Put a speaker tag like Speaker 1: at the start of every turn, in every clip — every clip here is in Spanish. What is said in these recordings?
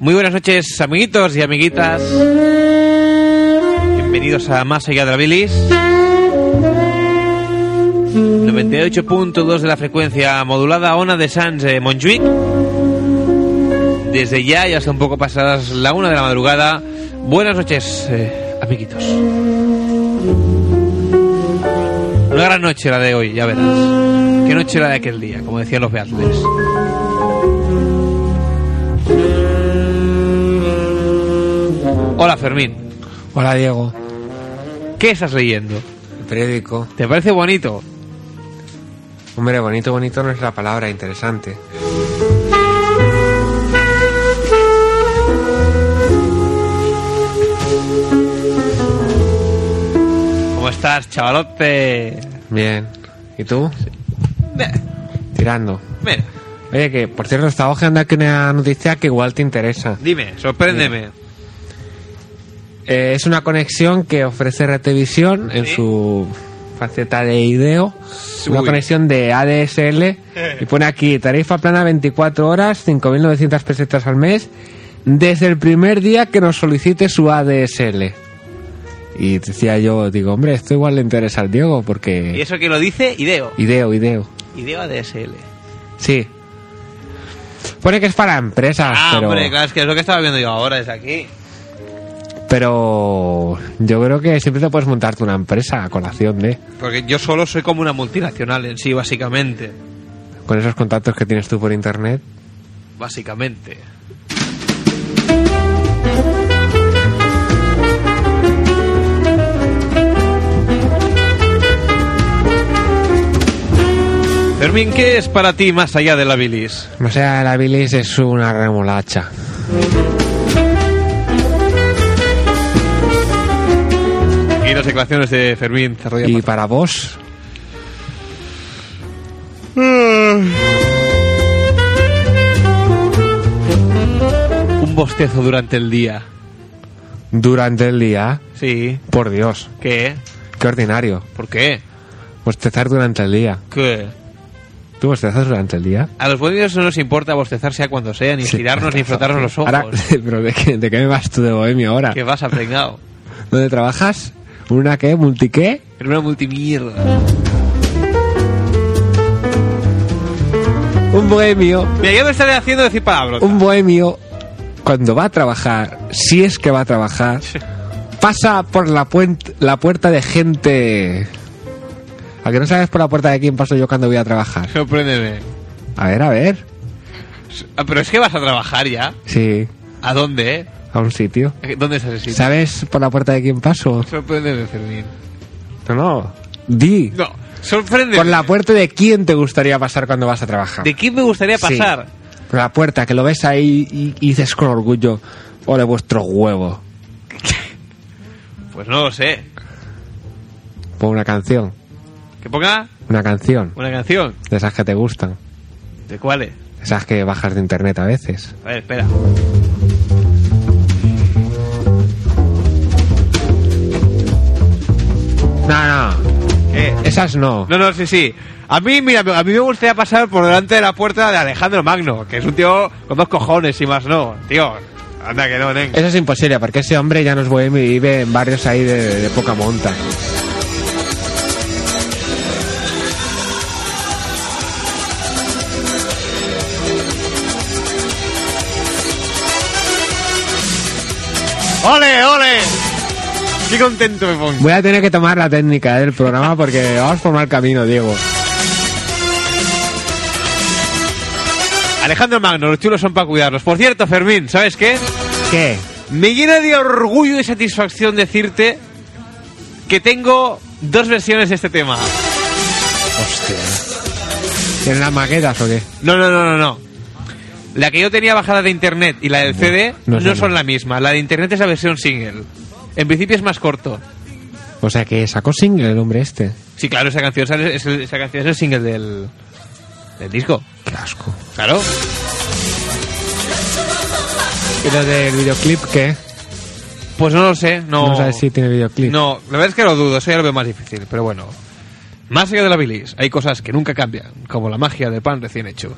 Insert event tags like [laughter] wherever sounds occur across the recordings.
Speaker 1: Muy buenas noches, amiguitos y amiguitas. Bienvenidos a Más Allá de la Bilis. 98.2 de la frecuencia modulada, Ona de Sans eh, Montjuic. Desde ya y hasta un poco pasadas la una de la madrugada. Buenas noches, eh, amiguitos. Una gran noche la de hoy, ya verás. Qué noche la de aquel día, como decían los Beatles. Hola, Fermín.
Speaker 2: Hola Diego,
Speaker 1: ¿Qué estás leyendo?
Speaker 2: el periódico.
Speaker 1: ¿Te parece bonito?
Speaker 2: Hombre, bonito, bonito no es la palabra, interesante.
Speaker 1: ¿Cómo estás, chavalote?
Speaker 2: Bien. ¿Y tú?
Speaker 1: Meh,
Speaker 2: Tirando.
Speaker 1: Mira,
Speaker 2: Oye, que por cierto, estaba ojeando aquí una noticia que igual te interesa.
Speaker 1: dime, sorpréndeme.
Speaker 2: Eh, es una conexión que ofrece Retevisión en
Speaker 1: Sí.
Speaker 2: su faceta de ideo. Una
Speaker 1: Uy.
Speaker 2: conexión de ADSL. Y pone aquí, tarifa plana 24 horas, 5.900 pesetas al mes, desde el primer día que nos solicite su ADSL. Y decía yo, digo, hombre, esto igual le interesa al Diego
Speaker 1: Y
Speaker 2: porque...
Speaker 1: eso que lo dice Ideo.
Speaker 2: Ideo, ideo.
Speaker 1: Ideo ADSL.
Speaker 2: Sí. Pone que es para empresas,
Speaker 1: Ah,
Speaker 2: pero...
Speaker 1: hombre, claro, es que es lo que estaba viendo yo ahora desde aquí.
Speaker 2: Pero yo creo que siempre te puedes montarte una empresa a colación de...
Speaker 1: Porque yo solo soy como una multinacional en sí, básicamente.
Speaker 2: Con esos contactos que tienes tú por internet.
Speaker 1: Básicamente. Fermín, ¿qué es para ti más allá de la bilis?
Speaker 2: No sea, la bilis es una remolacha.
Speaker 1: Y las declaraciones de Fermín Zarroya
Speaker 2: Y para vos,
Speaker 1: Un bostezo durante el día.
Speaker 2: durante el día,
Speaker 1: Sí.
Speaker 2: por Dios,
Speaker 1: ¿Qué?
Speaker 2: qué ordinario.
Speaker 1: ¿Por qué?
Speaker 2: Bostezar durante el día.
Speaker 1: ¿Qué?
Speaker 2: ¿Tú bostezas durante el día?
Speaker 1: A los bohemios no nos importa bostezar sea cuando sea, ni
Speaker 2: Sí.
Speaker 1: girarnos, ni frotarnos los ojos.
Speaker 2: Ahora, [laughs] pero ¿de qué, de qué me vas tú de bohemio ahora?
Speaker 1: Que vas aprengado.
Speaker 2: ¿Dónde trabajas? ¿Una qué? ¿Multiqué?
Speaker 1: En una multimierda.
Speaker 2: Un bohemio,
Speaker 1: Mira, yo me estaré haciendo decir palabras.
Speaker 2: un bohemio, cuando va a trabajar, si es que va a trabajar, pasa por la, puent- la puerta de gente... ¿A que no sabes por la puerta de quién paso yo cuando voy a trabajar?
Speaker 1: [laughs] Sorpréndeme.
Speaker 2: A ver, a ver.
Speaker 1: Ah, Pero es que vas a trabajar ya.
Speaker 2: Sí,
Speaker 1: ¿A dónde,
Speaker 2: a un sitio.
Speaker 1: eh? ¿Dónde estás así?
Speaker 2: ¿Sabes por la puerta de quién paso?
Speaker 1: Sorpréndeme, Fermín.
Speaker 2: No, no. Di.
Speaker 1: No, sorpréndeme.
Speaker 2: Por la puerta de quién te gustaría pasar cuando vas a trabajar.
Speaker 1: ¿De quién me gustaría
Speaker 2: Sí.
Speaker 1: pasar?
Speaker 2: Por la puerta, que lo ves ahí y, y dices con orgullo, ole vuestro huevo.
Speaker 1: Pues no lo sé.
Speaker 2: Pon una canción.
Speaker 1: Que ponga
Speaker 2: Una canción.
Speaker 1: una canción.
Speaker 2: De esas que te gustan.
Speaker 1: ¿De cuáles?
Speaker 2: De esas que bajas de internet a veces.
Speaker 1: A ver, espera.
Speaker 2: No, no.
Speaker 1: ¿Qué?
Speaker 2: Esas no.
Speaker 1: No, no, sí, sí. A mí, mira, a mí me gustaría pasar por delante de la puerta de Alejandro Magno, que es un tío con dos cojones y más no. Tío, anda que no, nen.
Speaker 2: Eso es imposible, porque ese hombre ya nos bohemio y vive en barrios ahí de, de poca monta.
Speaker 1: ¡Ole, ole! Qué contento me pongo.
Speaker 2: Voy a tener que tomar la técnica del programa porque vamos por mal camino, Diego.
Speaker 1: Alejandro Magno, los chulos son para cuidarlos. Por cierto, Fermín, ¿sabes qué?
Speaker 2: ¿Qué?
Speaker 1: Me llena de orgullo y satisfacción decirte que tengo dos versiones de este tema.
Speaker 2: Hostia. ¿Tienen las maquetas o qué?
Speaker 1: No, no, no, no, no. La que yo tenía bajada de internet y la del CD
Speaker 2: no
Speaker 1: no,
Speaker 2: es la
Speaker 1: son la misma. La de internet es la versión single. En principio es más corto.
Speaker 2: O sea que sacó single el hombre este.
Speaker 1: Sí, claro, esa canción, sale- es el- esa canción es el single del, del disco.
Speaker 2: Qué asco.
Speaker 1: Claro.
Speaker 2: ¿Y lo del videoclip qué?
Speaker 1: Pues no lo sé, no.
Speaker 2: No, sabes si tiene videoclip.
Speaker 1: No, la verdad es que lo dudo, eso ya lo veo más difícil, pero bueno. Más allá de la bilis, hay cosas que nunca cambian, como la magia del pan recién hecho.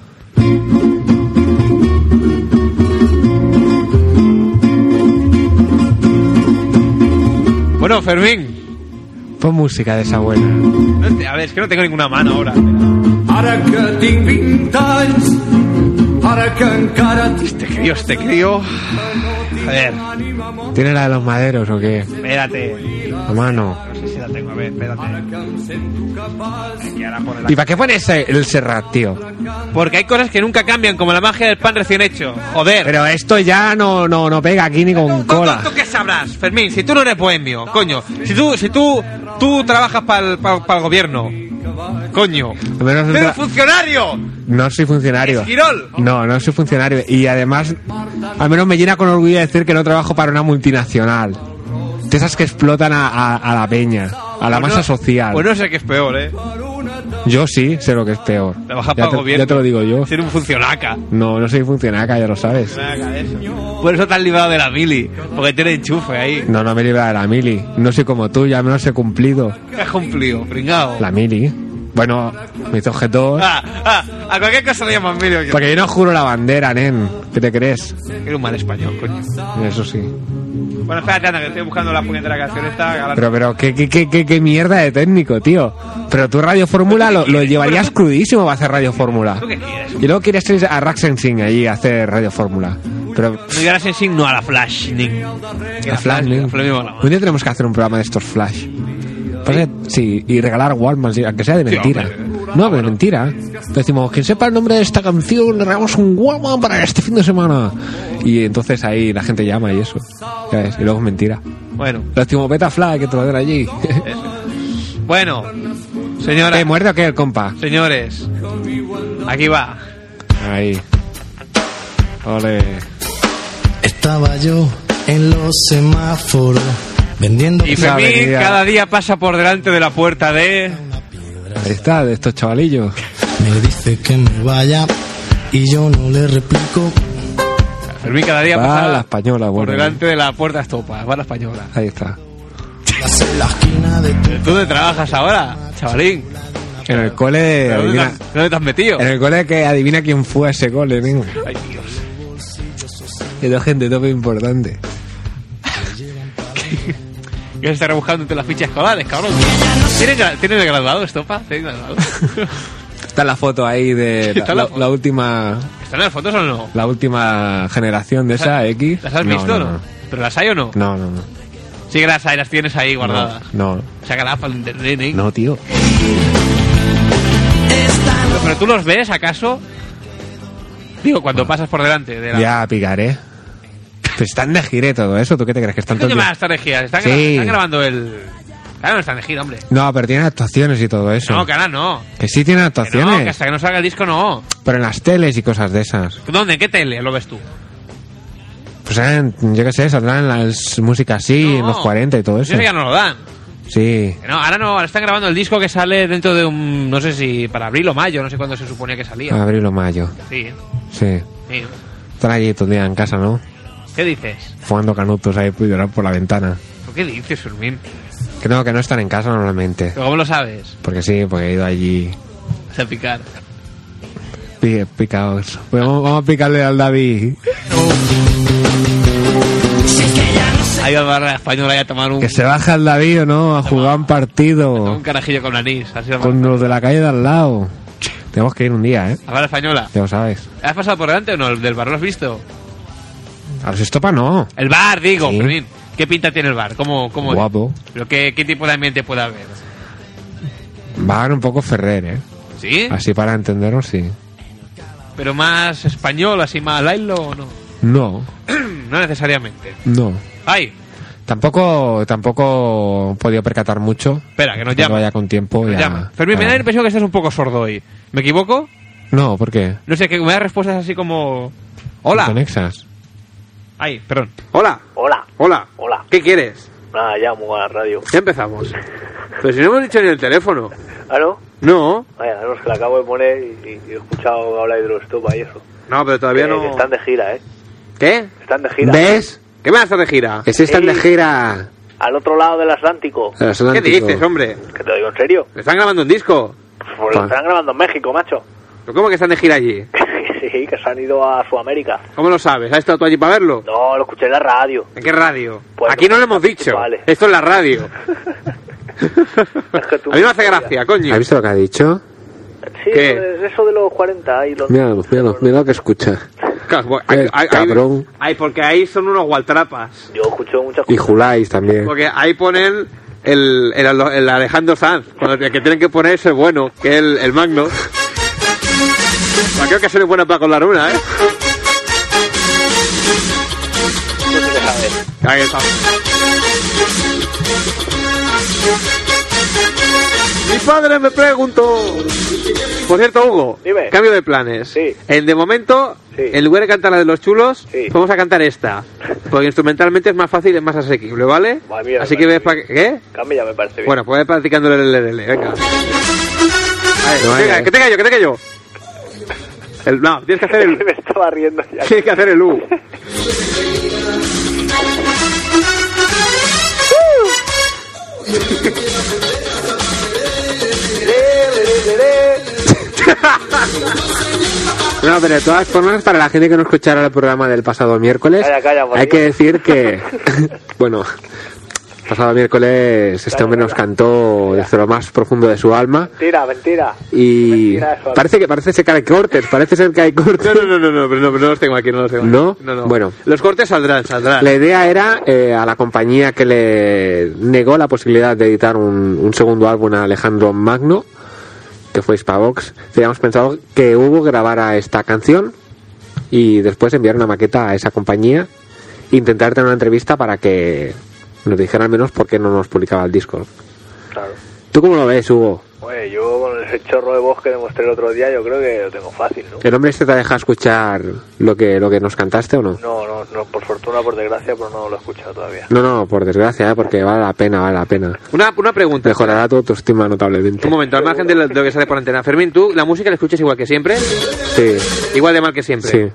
Speaker 1: Bueno, Fermín,
Speaker 2: Pon música de esa buena.
Speaker 1: no te- a ver, es que no tengo ninguna mano ahora.
Speaker 3: Harakatın bin tans Harakan karat
Speaker 1: Este crío, este crío. A ver,
Speaker 2: ¿Tiene la de los maderos o qué?
Speaker 1: espérate.
Speaker 2: La mano.
Speaker 1: No sé si la tengo, a ver, espérate. Que ahora pone la-
Speaker 2: ¿Y para qué pone ese- el Serrat, tío?
Speaker 1: Porque hay cosas que nunca cambian, como la magia del pan recién hecho. Joder.
Speaker 2: Pero esto ya no, no, no pega aquí ni con
Speaker 1: ¿Tú,
Speaker 2: cola.
Speaker 1: tú qué sabrás, Fermín? Si tú no eres bohemio, coño. Si tú, si tú, tú trabajas para el, gobierno, coño.
Speaker 2: Al menos
Speaker 1: ¡Eres
Speaker 2: entra-
Speaker 1: un funcionario!
Speaker 2: No soy funcionario.
Speaker 1: Esquirol.
Speaker 2: No, no soy funcionario. Y además, al menos me llena con orgullo decir que no trabajo para una multinacional. De esas que explotan a, a- a la peña, a la masa social.
Speaker 1: Pues no sé qué es peor, ¿eh?
Speaker 2: Yo sí sé lo que es peor.
Speaker 1: Trabajar
Speaker 2: ya,
Speaker 1: para el
Speaker 2: te,
Speaker 1: gobierno.
Speaker 2: ya te lo digo yo.
Speaker 1: Ser un funcionaca.
Speaker 2: No, no soy funcionaria, ya lo sabes.
Speaker 1: Por eso te has librado de la mili, porque tiene enchufe ahí.
Speaker 2: No, no me libra de la mili. No soy como tú, ya menos he cumplido.
Speaker 1: Te has cumplido, pringao.
Speaker 2: La mili. Bueno, me hizo objetor.
Speaker 1: Ah, ah, a cualquier cosa le llaman mili. oye.
Speaker 2: Porque yo no juro la bandera, nen. ¿Qué te crees?
Speaker 1: Era un mal español, coño.
Speaker 2: Eso sí.
Speaker 1: Bueno, espérate, anda, que estoy buscando la puñetera canción esta.
Speaker 2: Pero, pero, ¿qué, qué, qué, qué, qué mierda de técnico, tío? Pero tú Radio Fórmula lo, lo llevarías crudísimo va a hacer Radio Fórmula.
Speaker 1: ¿Tú qué quieres?
Speaker 2: Y luego quieres ir a Raxen Singh allí a hacer Radio Fórmula. Pero,
Speaker 1: No llegarás en signo a la Flash, Nick.
Speaker 2: a Flash,
Speaker 1: la
Speaker 2: ¿no?
Speaker 1: Flash me mola más.
Speaker 2: Un día tenemos que hacer un programa de estos Flash. Pasa- Sí, y regalar Walmart, aunque sea de mentira.
Speaker 1: hombre.
Speaker 2: No, de mentira. Entonces decimos, quien sepa el nombre de esta canción, le regalamos un Walmart para este fin de semana. Y entonces ahí la gente llama y eso. ¿sabes? Y luego es mentira.
Speaker 1: Bueno,
Speaker 2: Lo decimos, vete a Flash, que te lo den allí. [laughs]
Speaker 1: bueno, señora,
Speaker 2: ¿Te muerde o qué el compa?
Speaker 1: señores, aquí va.
Speaker 2: Ahí. Ole.
Speaker 4: Estaba yo en los semáforos vendiendo
Speaker 1: Y
Speaker 2: Madre
Speaker 1: Fermín
Speaker 2: mía.
Speaker 1: cada día pasa por delante de la puerta de.
Speaker 4: una piedra.
Speaker 2: Ahí está, de estos chavalillos.
Speaker 4: Me dice que me vaya y yo no le replico.
Speaker 1: Fermín cada día
Speaker 2: Va
Speaker 1: pasa
Speaker 2: la española,
Speaker 1: por
Speaker 2: bueno.
Speaker 1: delante de la puerta estopa. Va la española.
Speaker 2: Ahí está.
Speaker 4: Las en la esquina de tu
Speaker 1: ¿Tú dónde trabajas ahora, chavalín?
Speaker 2: En el cole. de
Speaker 1: ¿Pero ¿Dónde, te
Speaker 2: adivina- Eh.
Speaker 1: has, dónde te has metido?
Speaker 2: en el cole que adivina quién fue a ese cole, niño.
Speaker 1: Ay, Dios.
Speaker 2: Que la gente tope importante.
Speaker 1: Que se está rebuscando entre las fichas escolares, cabrón. ¿Tienes, gra- tienes el graduado, estopa? ¿Tienes
Speaker 2: [laughs]
Speaker 1: graduado?
Speaker 2: Está la foto ahí de la,
Speaker 1: Está la
Speaker 2: la-
Speaker 1: foto.
Speaker 2: la última
Speaker 1: ¿Están en las fotos o no?
Speaker 2: la última generación de esa X.
Speaker 1: ¿Las has
Speaker 2: No,
Speaker 1: visto o
Speaker 2: no?
Speaker 1: no? ¿Pero las hay o no?
Speaker 2: No, no, no.
Speaker 1: Sí que las hay, las tienes ahí guardadas.
Speaker 2: No, no,
Speaker 1: Sácalas para el internet, ¿eh?
Speaker 2: no, tío.
Speaker 1: Pero, pero tú los ves, ¿acaso? Digo, cuando pasas por delante de la...
Speaker 2: Ya picaré. Pero están de gire todo eso. ¿Tú qué te crees que
Speaker 1: ¿Qué
Speaker 2: están todo
Speaker 1: coño
Speaker 2: el
Speaker 1: van a
Speaker 2: día-
Speaker 1: estar de gira? Están,
Speaker 2: Sí.
Speaker 1: gra- están grabando el... Claro, no están de gira, hombre.
Speaker 2: No, pero tienen actuaciones y todo eso.
Speaker 1: No, que ahora no.
Speaker 2: Que sí tienen
Speaker 1: Que no, que
Speaker 2: actuaciones.
Speaker 1: hasta que no salga el disco no.
Speaker 2: Pero en las teles y cosas de esas.
Speaker 1: ¿Dónde? ¿En qué tele lo ves tú?
Speaker 2: Pues en- yo qué sé, saldrán las músicas así, en
Speaker 1: No.
Speaker 2: los 40 y todo eso.
Speaker 1: Eso ya no lo dan.
Speaker 2: Sí.
Speaker 1: Que No, ahora no, ahora están grabando el disco que sale dentro de un... No sé si para abril o mayo, no sé cuándo se suponía que salía.
Speaker 2: Abril o mayo.
Speaker 1: Sí,
Speaker 2: Sí.
Speaker 1: sí.
Speaker 2: Están allí todo el día en casa, ¿no?
Speaker 1: ¿Qué dices?
Speaker 2: Fumando canutos ahí, pues llorar por la ventana.
Speaker 1: ¿Pero ¿Qué dices, Fermín?
Speaker 2: Que no, que no están en casa normalmente.
Speaker 1: ¿Pero cómo lo sabes?
Speaker 2: Porque sí, porque he ido allí
Speaker 1: Vas a picar.
Speaker 2: pi- picados. Pues vamos, vamos a picarle al David.
Speaker 1: Ha ido a la barra española y a tomar un...
Speaker 2: Que se baja el David o no, a jugar un
Speaker 1: Un
Speaker 2: partido
Speaker 1: carajillo con anís, así lo
Speaker 2: con los de la calle de al lado. Tenemos que ir un día, ¿eh?
Speaker 1: A la española.
Speaker 2: Ya lo sabes.
Speaker 1: ¿Has pasado por delante o no? ¿El del bar lo has visto?
Speaker 2: A los estopa no.
Speaker 1: El bar, digo,
Speaker 2: Sí.
Speaker 1: Fermín. ¿Qué pinta tiene el bar? ¿Cómo, cómo es?
Speaker 2: Guapo.
Speaker 1: ¿Pero qué, qué tipo de ambiente puede haber?
Speaker 2: Van un poco Ferrer, ¿eh?
Speaker 1: ¿Sí?
Speaker 2: Así para entendernos, sí.
Speaker 1: ¿Pero más español, así más lailo o no? [clears throat]
Speaker 2: No,
Speaker 1: no necesariamente.
Speaker 2: no.
Speaker 1: ¡Ay!
Speaker 2: Tampoco, tampoco he podido percatar mucho.
Speaker 1: Espera, que nos
Speaker 2: Cuando
Speaker 1: llama.
Speaker 2: vaya con tiempo
Speaker 1: Me
Speaker 2: ya.
Speaker 1: llama. Fermín, me
Speaker 2: ya.
Speaker 1: da la impresión que estás un poco sordo hoy. ¿Me equivoco?
Speaker 2: No, ¿por qué?
Speaker 1: No sé, que me da respuestas así como... ¡Hola!
Speaker 2: Conexas.
Speaker 1: ¡Ay, perdón!
Speaker 5: Hola. Hola. Hola. Hola. ¿Qué quieres? Nada, llamo a la radio.
Speaker 1: Ya empezamos. Pero si no hemos dicho ni el teléfono.
Speaker 5: ¿Ah, no?
Speaker 1: No.
Speaker 5: Vaya, no, es que la acabo de poner y, y- y he escuchado hablar de los topa y eso.
Speaker 1: No, pero todavía
Speaker 5: Eh, que
Speaker 1: no.
Speaker 5: Están de gira, ¿eh?
Speaker 1: ¿Qué?
Speaker 5: Están de gira.
Speaker 1: ¿Ves? ¿Qué me haces de gira?
Speaker 2: Es esta
Speaker 5: Sí.
Speaker 2: de gira.
Speaker 5: Al otro lado del Atlántico.
Speaker 2: del
Speaker 1: ¿Qué
Speaker 2: Atlántico.
Speaker 1: dices, hombre?
Speaker 5: Que te lo digo en serio.
Speaker 1: ¿Le están grabando un disco?
Speaker 5: Pues lo
Speaker 2: Ah.
Speaker 5: están grabando en México, macho. [laughs]
Speaker 1: ¿Pero ¿Cómo que están de gira allí?
Speaker 5: sí, que se han ido a Sudamérica.
Speaker 1: ¿Cómo lo sabes? ¿Has estado tú allí para verlo?
Speaker 5: No, lo escuché en la radio.
Speaker 1: ¿En qué radio?
Speaker 5: Pues,
Speaker 1: Aquí no lo hemos dicho.
Speaker 5: vale.
Speaker 1: Esto es la radio.
Speaker 5: [laughs] Es que tú-
Speaker 1: A mí me hace gracia, coño.
Speaker 2: ¿Has visto lo que ha dicho?
Speaker 5: Sí,
Speaker 1: ¿Qué?
Speaker 5: es eso de los 40 y los...
Speaker 2: Míralo, míralo, mira lo que escucha.
Speaker 1: Claro, bueno, hay-
Speaker 2: Eh,
Speaker 1: hay- hay-
Speaker 2: cabrón.
Speaker 1: hay- porque ahí son unos gualtrapas.
Speaker 5: Yo escucho muchas
Speaker 2: Y
Speaker 5: cosas.
Speaker 2: Juláis también.
Speaker 1: Porque ahí ponen el, el, el Alejandro Sanz. Cuando el que tienen que poner es el bueno, que es el, el magno. Bueno, creo que se le buena para con la luna, ¿eh? Ahí está. Mi padre me preguntó. Por cierto, Hugo,
Speaker 5: Dime.
Speaker 1: cambio de planes.
Speaker 5: Sí.
Speaker 1: En de momento,
Speaker 5: Sí.
Speaker 1: en lugar de cantar la de los chulos,
Speaker 5: Sí.
Speaker 1: vamos a cantar esta. Porque instrumentalmente es más fácil y es más asequible, ¿vale?
Speaker 5: Madre mía,
Speaker 1: Así
Speaker 5: me
Speaker 1: que ves
Speaker 5: parece
Speaker 1: para ¿Qué?
Speaker 5: Cambia, me parece bien.
Speaker 1: Bueno, pues ve practicando el LLL, venga. Ahí,
Speaker 2: No,
Speaker 1: venga,
Speaker 2: ahí, ahí.
Speaker 1: que tenga yo, que tenga yo. El- no, tienes que hacer el, [laughs]
Speaker 5: [laughs] me estaba riendo ya.
Speaker 1: Tienes que hacer el U.
Speaker 2: No, pero de todas formas, para la gente que no escuchara el programa del pasado miércoles,
Speaker 5: Calla, calla, por
Speaker 2: hay que
Speaker 5: Dios.
Speaker 2: decir
Speaker 5: [laughs]
Speaker 2: que, [laughs] bueno, pasado miércoles este
Speaker 5: Calla,
Speaker 2: hombre nos
Speaker 5: calla.
Speaker 2: cantó desde lo más profundo de su alma
Speaker 5: Mentira, mentira.
Speaker 2: y
Speaker 5: Mentira eso.
Speaker 2: parece que parece ser que hay cortes, parece ser que hay cortes.
Speaker 1: No, no, no, no, no, pero no, pero no los tengo aquí, no los tengo. aquí.
Speaker 2: ¿No?
Speaker 1: no, no.
Speaker 2: Bueno.
Speaker 1: Los cortes saldrán, saldrán.
Speaker 2: La idea era eh, a la compañía que le negó la posibilidad de editar un, un segundo álbum a Alejandro Magno, que fue Hispavox, teníamos pensado que Hugo grabara esta canción y después enviar una maqueta a esa compañía e intentar tener una entrevista para que nos dijera al menos por qué no nos publicaba el disco.
Speaker 5: Claro.
Speaker 2: ¿Tú cómo lo ves, Hugo?
Speaker 5: Oye, yo con ese chorro de voz que demostré el otro día, yo creo que lo tengo fácil, ¿no?
Speaker 2: ¿El hombre este te deja escuchar lo que, lo que nos cantaste o no?
Speaker 5: No, no, no, por fortuna, por desgracia, pero no lo he escuchado todavía.
Speaker 2: No, no, por desgracia, ¿eh? porque vale la pena, vale la pena.
Speaker 1: Una, una pregunta.
Speaker 2: Mejorará tu autoestima notablemente.
Speaker 1: Un momento, al margen de lo, de lo que sale por antena. Fermín, tú la música la escuchas igual que siempre,
Speaker 2: Sí.
Speaker 1: igual de mal que siempre.
Speaker 2: Sí.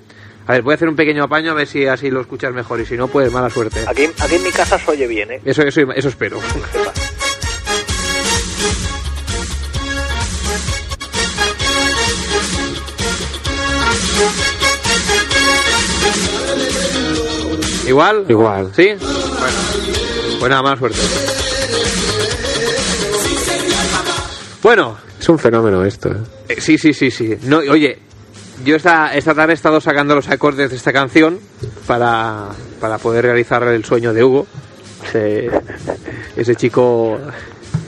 Speaker 1: A ver, voy a hacer un pequeño apaño a ver si así lo escuchas mejor y si no, pues mala suerte.
Speaker 5: Aquí, aquí en mi casa se oye bien, ¿eh?
Speaker 1: Eso, eso, eso espero.
Speaker 5: Que sepas.
Speaker 1: ¿Igual?
Speaker 2: Igual.
Speaker 1: ¿Sí? Bueno. Pues nada, mala suerte. Bueno,
Speaker 2: Es un fenómeno esto. ¿eh?
Speaker 1: Eh, Sí, sí, sí, sí. No, oye, yo esta, esta tarde he estado sacando los acordes de esta canción para, para poder realizar el sueño de Hugo, ese, ese chico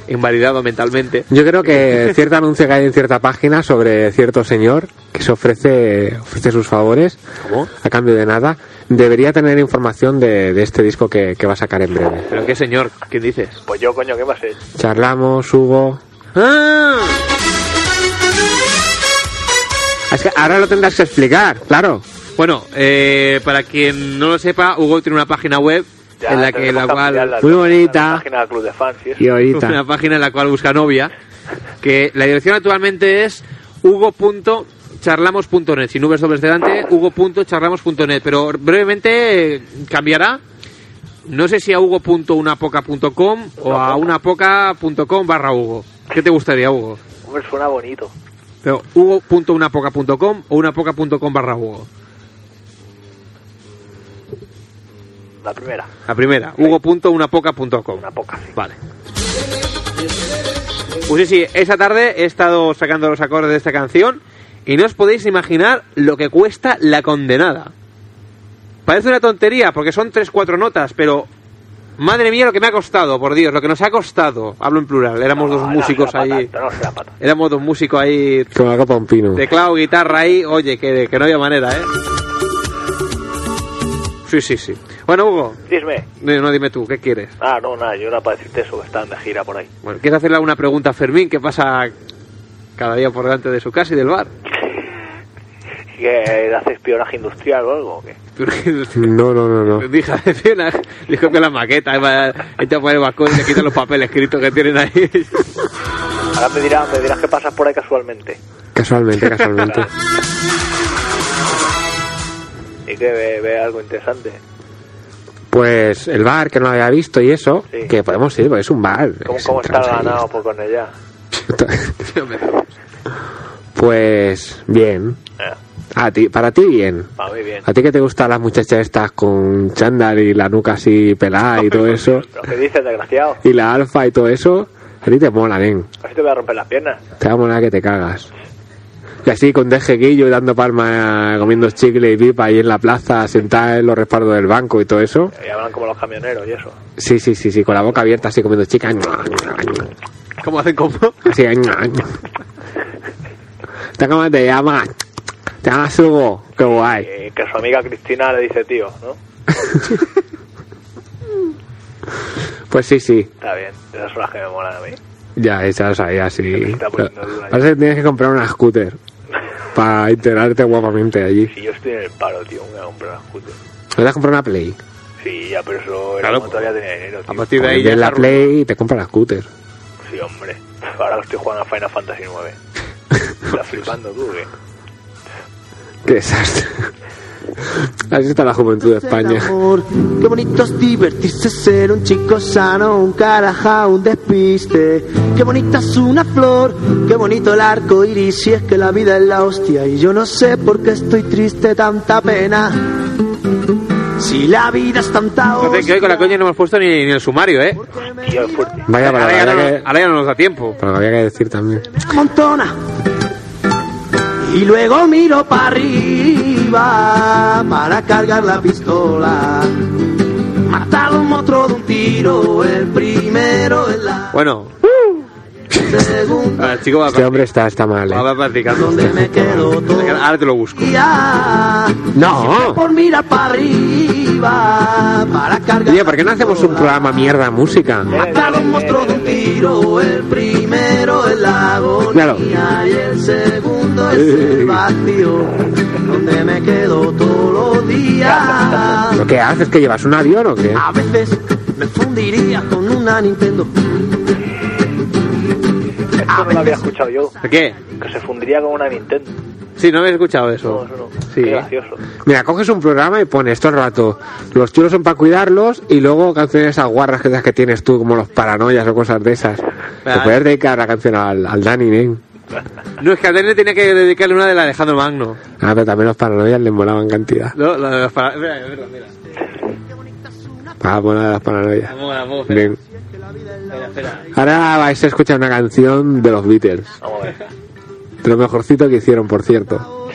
Speaker 1: invalidado mentalmente.
Speaker 2: Yo creo que [laughs] cierto anuncio que hay en cierta página sobre cierto señor que se ofrece, ofrece sus favores
Speaker 1: ¿Cómo?
Speaker 2: a cambio de nada debería tener información de, de este disco que, que va a sacar en breve.
Speaker 1: Pero qué señor, ¿quién dices?
Speaker 5: Pues yo, coño, ¿qué más es?
Speaker 2: Charlamos, Hugo.
Speaker 1: ¡Ah!
Speaker 2: Es que ahora lo tendrás que explicar, claro.
Speaker 1: Bueno, eh, para quien no lo sepa, Hugo tiene una página web
Speaker 5: Ya,
Speaker 1: en la que
Speaker 5: tenemos
Speaker 1: la cual
Speaker 5: ampliar la-
Speaker 2: muy
Speaker 5: la-
Speaker 2: bonita.
Speaker 5: La página del Club de Fans, y eso.
Speaker 2: Y
Speaker 1: [laughs] una
Speaker 2: ahorita.
Speaker 1: página en la cual busca novia, que la dirección actualmente es hugo.charlamos.net, sin nubes dobles delante, hugo.charlamos.net, pero brevemente eh, cambiará, no sé si a hugo.unapoca.com o a unapoca.com barra hugo. ¿Qué te gustaría, Hugo?
Speaker 5: Hombre, suena bonito.
Speaker 1: Pero hugo.unapoca.com o unapoca.com barra hugo.
Speaker 5: La primera,
Speaker 1: La primera, hugo.unapoca.com.
Speaker 5: una poca, sí.
Speaker 1: Vale. Pues sí, sí, esta tarde he estado sacando los acordes de esta canción y no os podéis imaginar lo que cuesta la condenada. Parece una tontería porque son 3-4 notas, pero madre mía lo que me ha costado, por Dios, lo que nos ha costado. Hablo en plural, éramos
Speaker 5: No,
Speaker 1: dos
Speaker 5: Ah, no
Speaker 1: músicos
Speaker 5: será pa'
Speaker 1: ahí.
Speaker 5: tanto, no será pa' tanto.
Speaker 1: Éramos dos músicos ahí,
Speaker 2: Como la copa de un pino.
Speaker 1: teclado, guitarra ahí. Oye, que, que no había manera, ¿eh? Sí, sí, sí. Bueno, Hugo,
Speaker 5: Dime.
Speaker 1: no, no, dime tú, ¿qué quieres?
Speaker 5: Ah, no, nada, yo era para decirte eso, que están de gira por ahí. [laughs]
Speaker 1: Bueno, ¿quieres hacerle alguna pregunta a Fermín que pasa cada día por delante de su casa y del bar?
Speaker 5: Y que hace espionaje industrial o algo. o qué?
Speaker 1: [laughs]
Speaker 2: No, no, no, no.
Speaker 1: Dije, "Atención a- le copia la maqueta, echa a poner el balcón y le quitan los papeles escritos que tienen ahí. [laughs]
Speaker 5: Ahora me dirás, me dirás que pasas por ahí casualmente.
Speaker 2: Casualmente, casualmente.
Speaker 5: Y que ve, ve algo interesante.
Speaker 2: Pues el bar que no había visto y eso,
Speaker 5: Sí.
Speaker 2: que podemos ir, porque es un bar.
Speaker 5: ¿Cómo,
Speaker 2: Es
Speaker 5: cómo está
Speaker 2: entramos ahí.
Speaker 5: ganado por con ella?
Speaker 2: Pues bien.
Speaker 5: Eh,
Speaker 2: A ti, para ti bien.
Speaker 5: va Ah, muy bien.
Speaker 2: A ti que te gustan las muchachas estas con chándal y la nuca así pelada y todo
Speaker 5: [laughs]
Speaker 2: eso,
Speaker 5: ¿Pero qué dices, desgraciado?
Speaker 2: y la alfa y todo eso, a ti te mola, ven.
Speaker 5: Así te voy a romper las piernas.
Speaker 2: Te va a molar que te cagas. Y así con dejeguillo y dando palmas, comiendo chicle y pipa ahí en la plaza, sentada en los respaldos del banco y todo eso.
Speaker 5: Y hablan como los camioneros y eso.
Speaker 2: Sí, sí, sí, sí, con la boca abierta así comiendo chicas.
Speaker 1: ¿Cómo hacen como?
Speaker 2: Así. ¿Te cómo te llama? Te llamas Hugo. Qué guay.
Speaker 5: Y que su amiga Cristina le dice tío, ¿no?
Speaker 2: Pues sí, sí.
Speaker 5: Está bien, esas son las que me molan a mí.
Speaker 2: Ya, esa lo sabía,
Speaker 5: me
Speaker 2: sí.
Speaker 5: está poniendo dura ya.
Speaker 2: Parece que tienes que comprar una scooter para integrarte guapamente allí.
Speaker 5: Si yo estoy en el paro, tío, me voy a comprar una scooter.
Speaker 2: ¿No te has comprado una Play?
Speaker 5: Sí, ya, pero eso era
Speaker 1: Claro,
Speaker 5: cuando todavía tenía dinero,
Speaker 1: A
Speaker 5: tío.
Speaker 1: partir de ahí ya
Speaker 2: Vendes la
Speaker 1: está
Speaker 2: Play y te compras la scooter.
Speaker 5: Sí, hombre. Ahora estoy jugando a Final Fantasy IX. Estás flipando tú, ¿qué?
Speaker 2: Qué
Speaker 1: [laughs]
Speaker 2: desastre. Así está la juventud de España.
Speaker 6: amor. Qué bonito es divertirse, ser un chico sano, un caraja, un despiste. Qué bonita es una flor, qué bonito el arco iris. Si es que la vida es la hostia y yo no sé por qué estoy triste, tanta pena. Si la vida es tanta hostia.
Speaker 1: Entonces, que hoy con la coña no hemos puesto ni, ni el sumario, ¿eh?
Speaker 6: porque me
Speaker 5: Tío, es fuerte.
Speaker 2: Vaya, para
Speaker 1: ahora,
Speaker 2: lo
Speaker 1: ya
Speaker 2: que
Speaker 1: no,
Speaker 2: había que,
Speaker 1: ahora ya no nos da tiempo.
Speaker 2: para lo que había que decir también.
Speaker 6: amontona y luego miro para arriba para cargar la pistola. Matar a un monstruo de un tiro, el primero en la
Speaker 1: Bueno,
Speaker 6: segunda.
Speaker 1: ahora el chico va,
Speaker 2: Este hombre está, está mal.
Speaker 1: va,
Speaker 2: ¿eh?
Speaker 1: va practicando.
Speaker 6: Donde me quedo todo
Speaker 1: Ahora te lo busco.
Speaker 6: el día
Speaker 2: ¡No!
Speaker 6: por mirar para arriba para cargar.
Speaker 2: Oye, ¿por qué no
Speaker 6: la
Speaker 2: hacemos un
Speaker 6: pistola.
Speaker 2: programa mierda música?
Speaker 6: Matar a un monstruo de un tiro, el primero es la agonía
Speaker 2: Claro.
Speaker 6: y el segundo es el vacío, donde me quedo todos los días.
Speaker 2: ¿Lo que haces? ¿Que llevas un avión o qué?
Speaker 6: A veces me fundiría con una Nintendo.
Speaker 5: Esto no lo había escuchado yo.
Speaker 1: ¿De Ah, qué?
Speaker 5: Que se fundiría con una Nintendo.
Speaker 1: Sí, no habéis escuchado
Speaker 5: No,
Speaker 1: eso.
Speaker 5: eso no.
Speaker 1: Sí.
Speaker 5: Qué gracioso.
Speaker 2: Mira, coges un programa y pones todo el rato los chulos son para cuidarlos y luego canciones esas guarras que, esas que tienes tú, como los paranoias o cosas de esas. Te puedes dedicar la canción al, al Danny Nen.
Speaker 1: No, es que a Daniel tenía que dedicarle una de la Alejandro Magno.
Speaker 2: Ah, pero también los paranoias les molaban cantidad.
Speaker 1: No, la de los para... Mira, mira, mira.
Speaker 2: Ah, mola las paranoias.
Speaker 1: Vamos, vamos, espera.
Speaker 2: Bien.
Speaker 1: Espera, espera.
Speaker 2: Ahora vais a escuchar una canción de los Beatles.
Speaker 5: Vamos a ver.
Speaker 2: De lo mejorcito que hicieron, por cierto.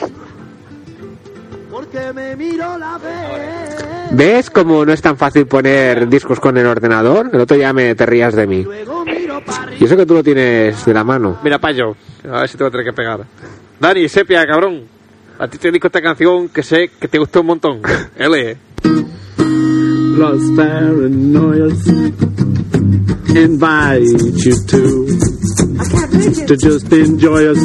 Speaker 6: Porque me miro la vez.
Speaker 2: ¿Ves cómo no es tan fácil poner discos con el ordenador? El otro ya me te rías de mí.
Speaker 6: Luego miro para arriba.
Speaker 2: Y eso que tú lo tienes de la mano.
Speaker 1: Mira, payo. A ver si te voy a tener que pegar. Dani, sepia, cabrón. A ti te dedico esta canción que sé Eh, que te gustó un montón. L. ¿eh?
Speaker 3: Los paranoias invite you to to just enjoy us.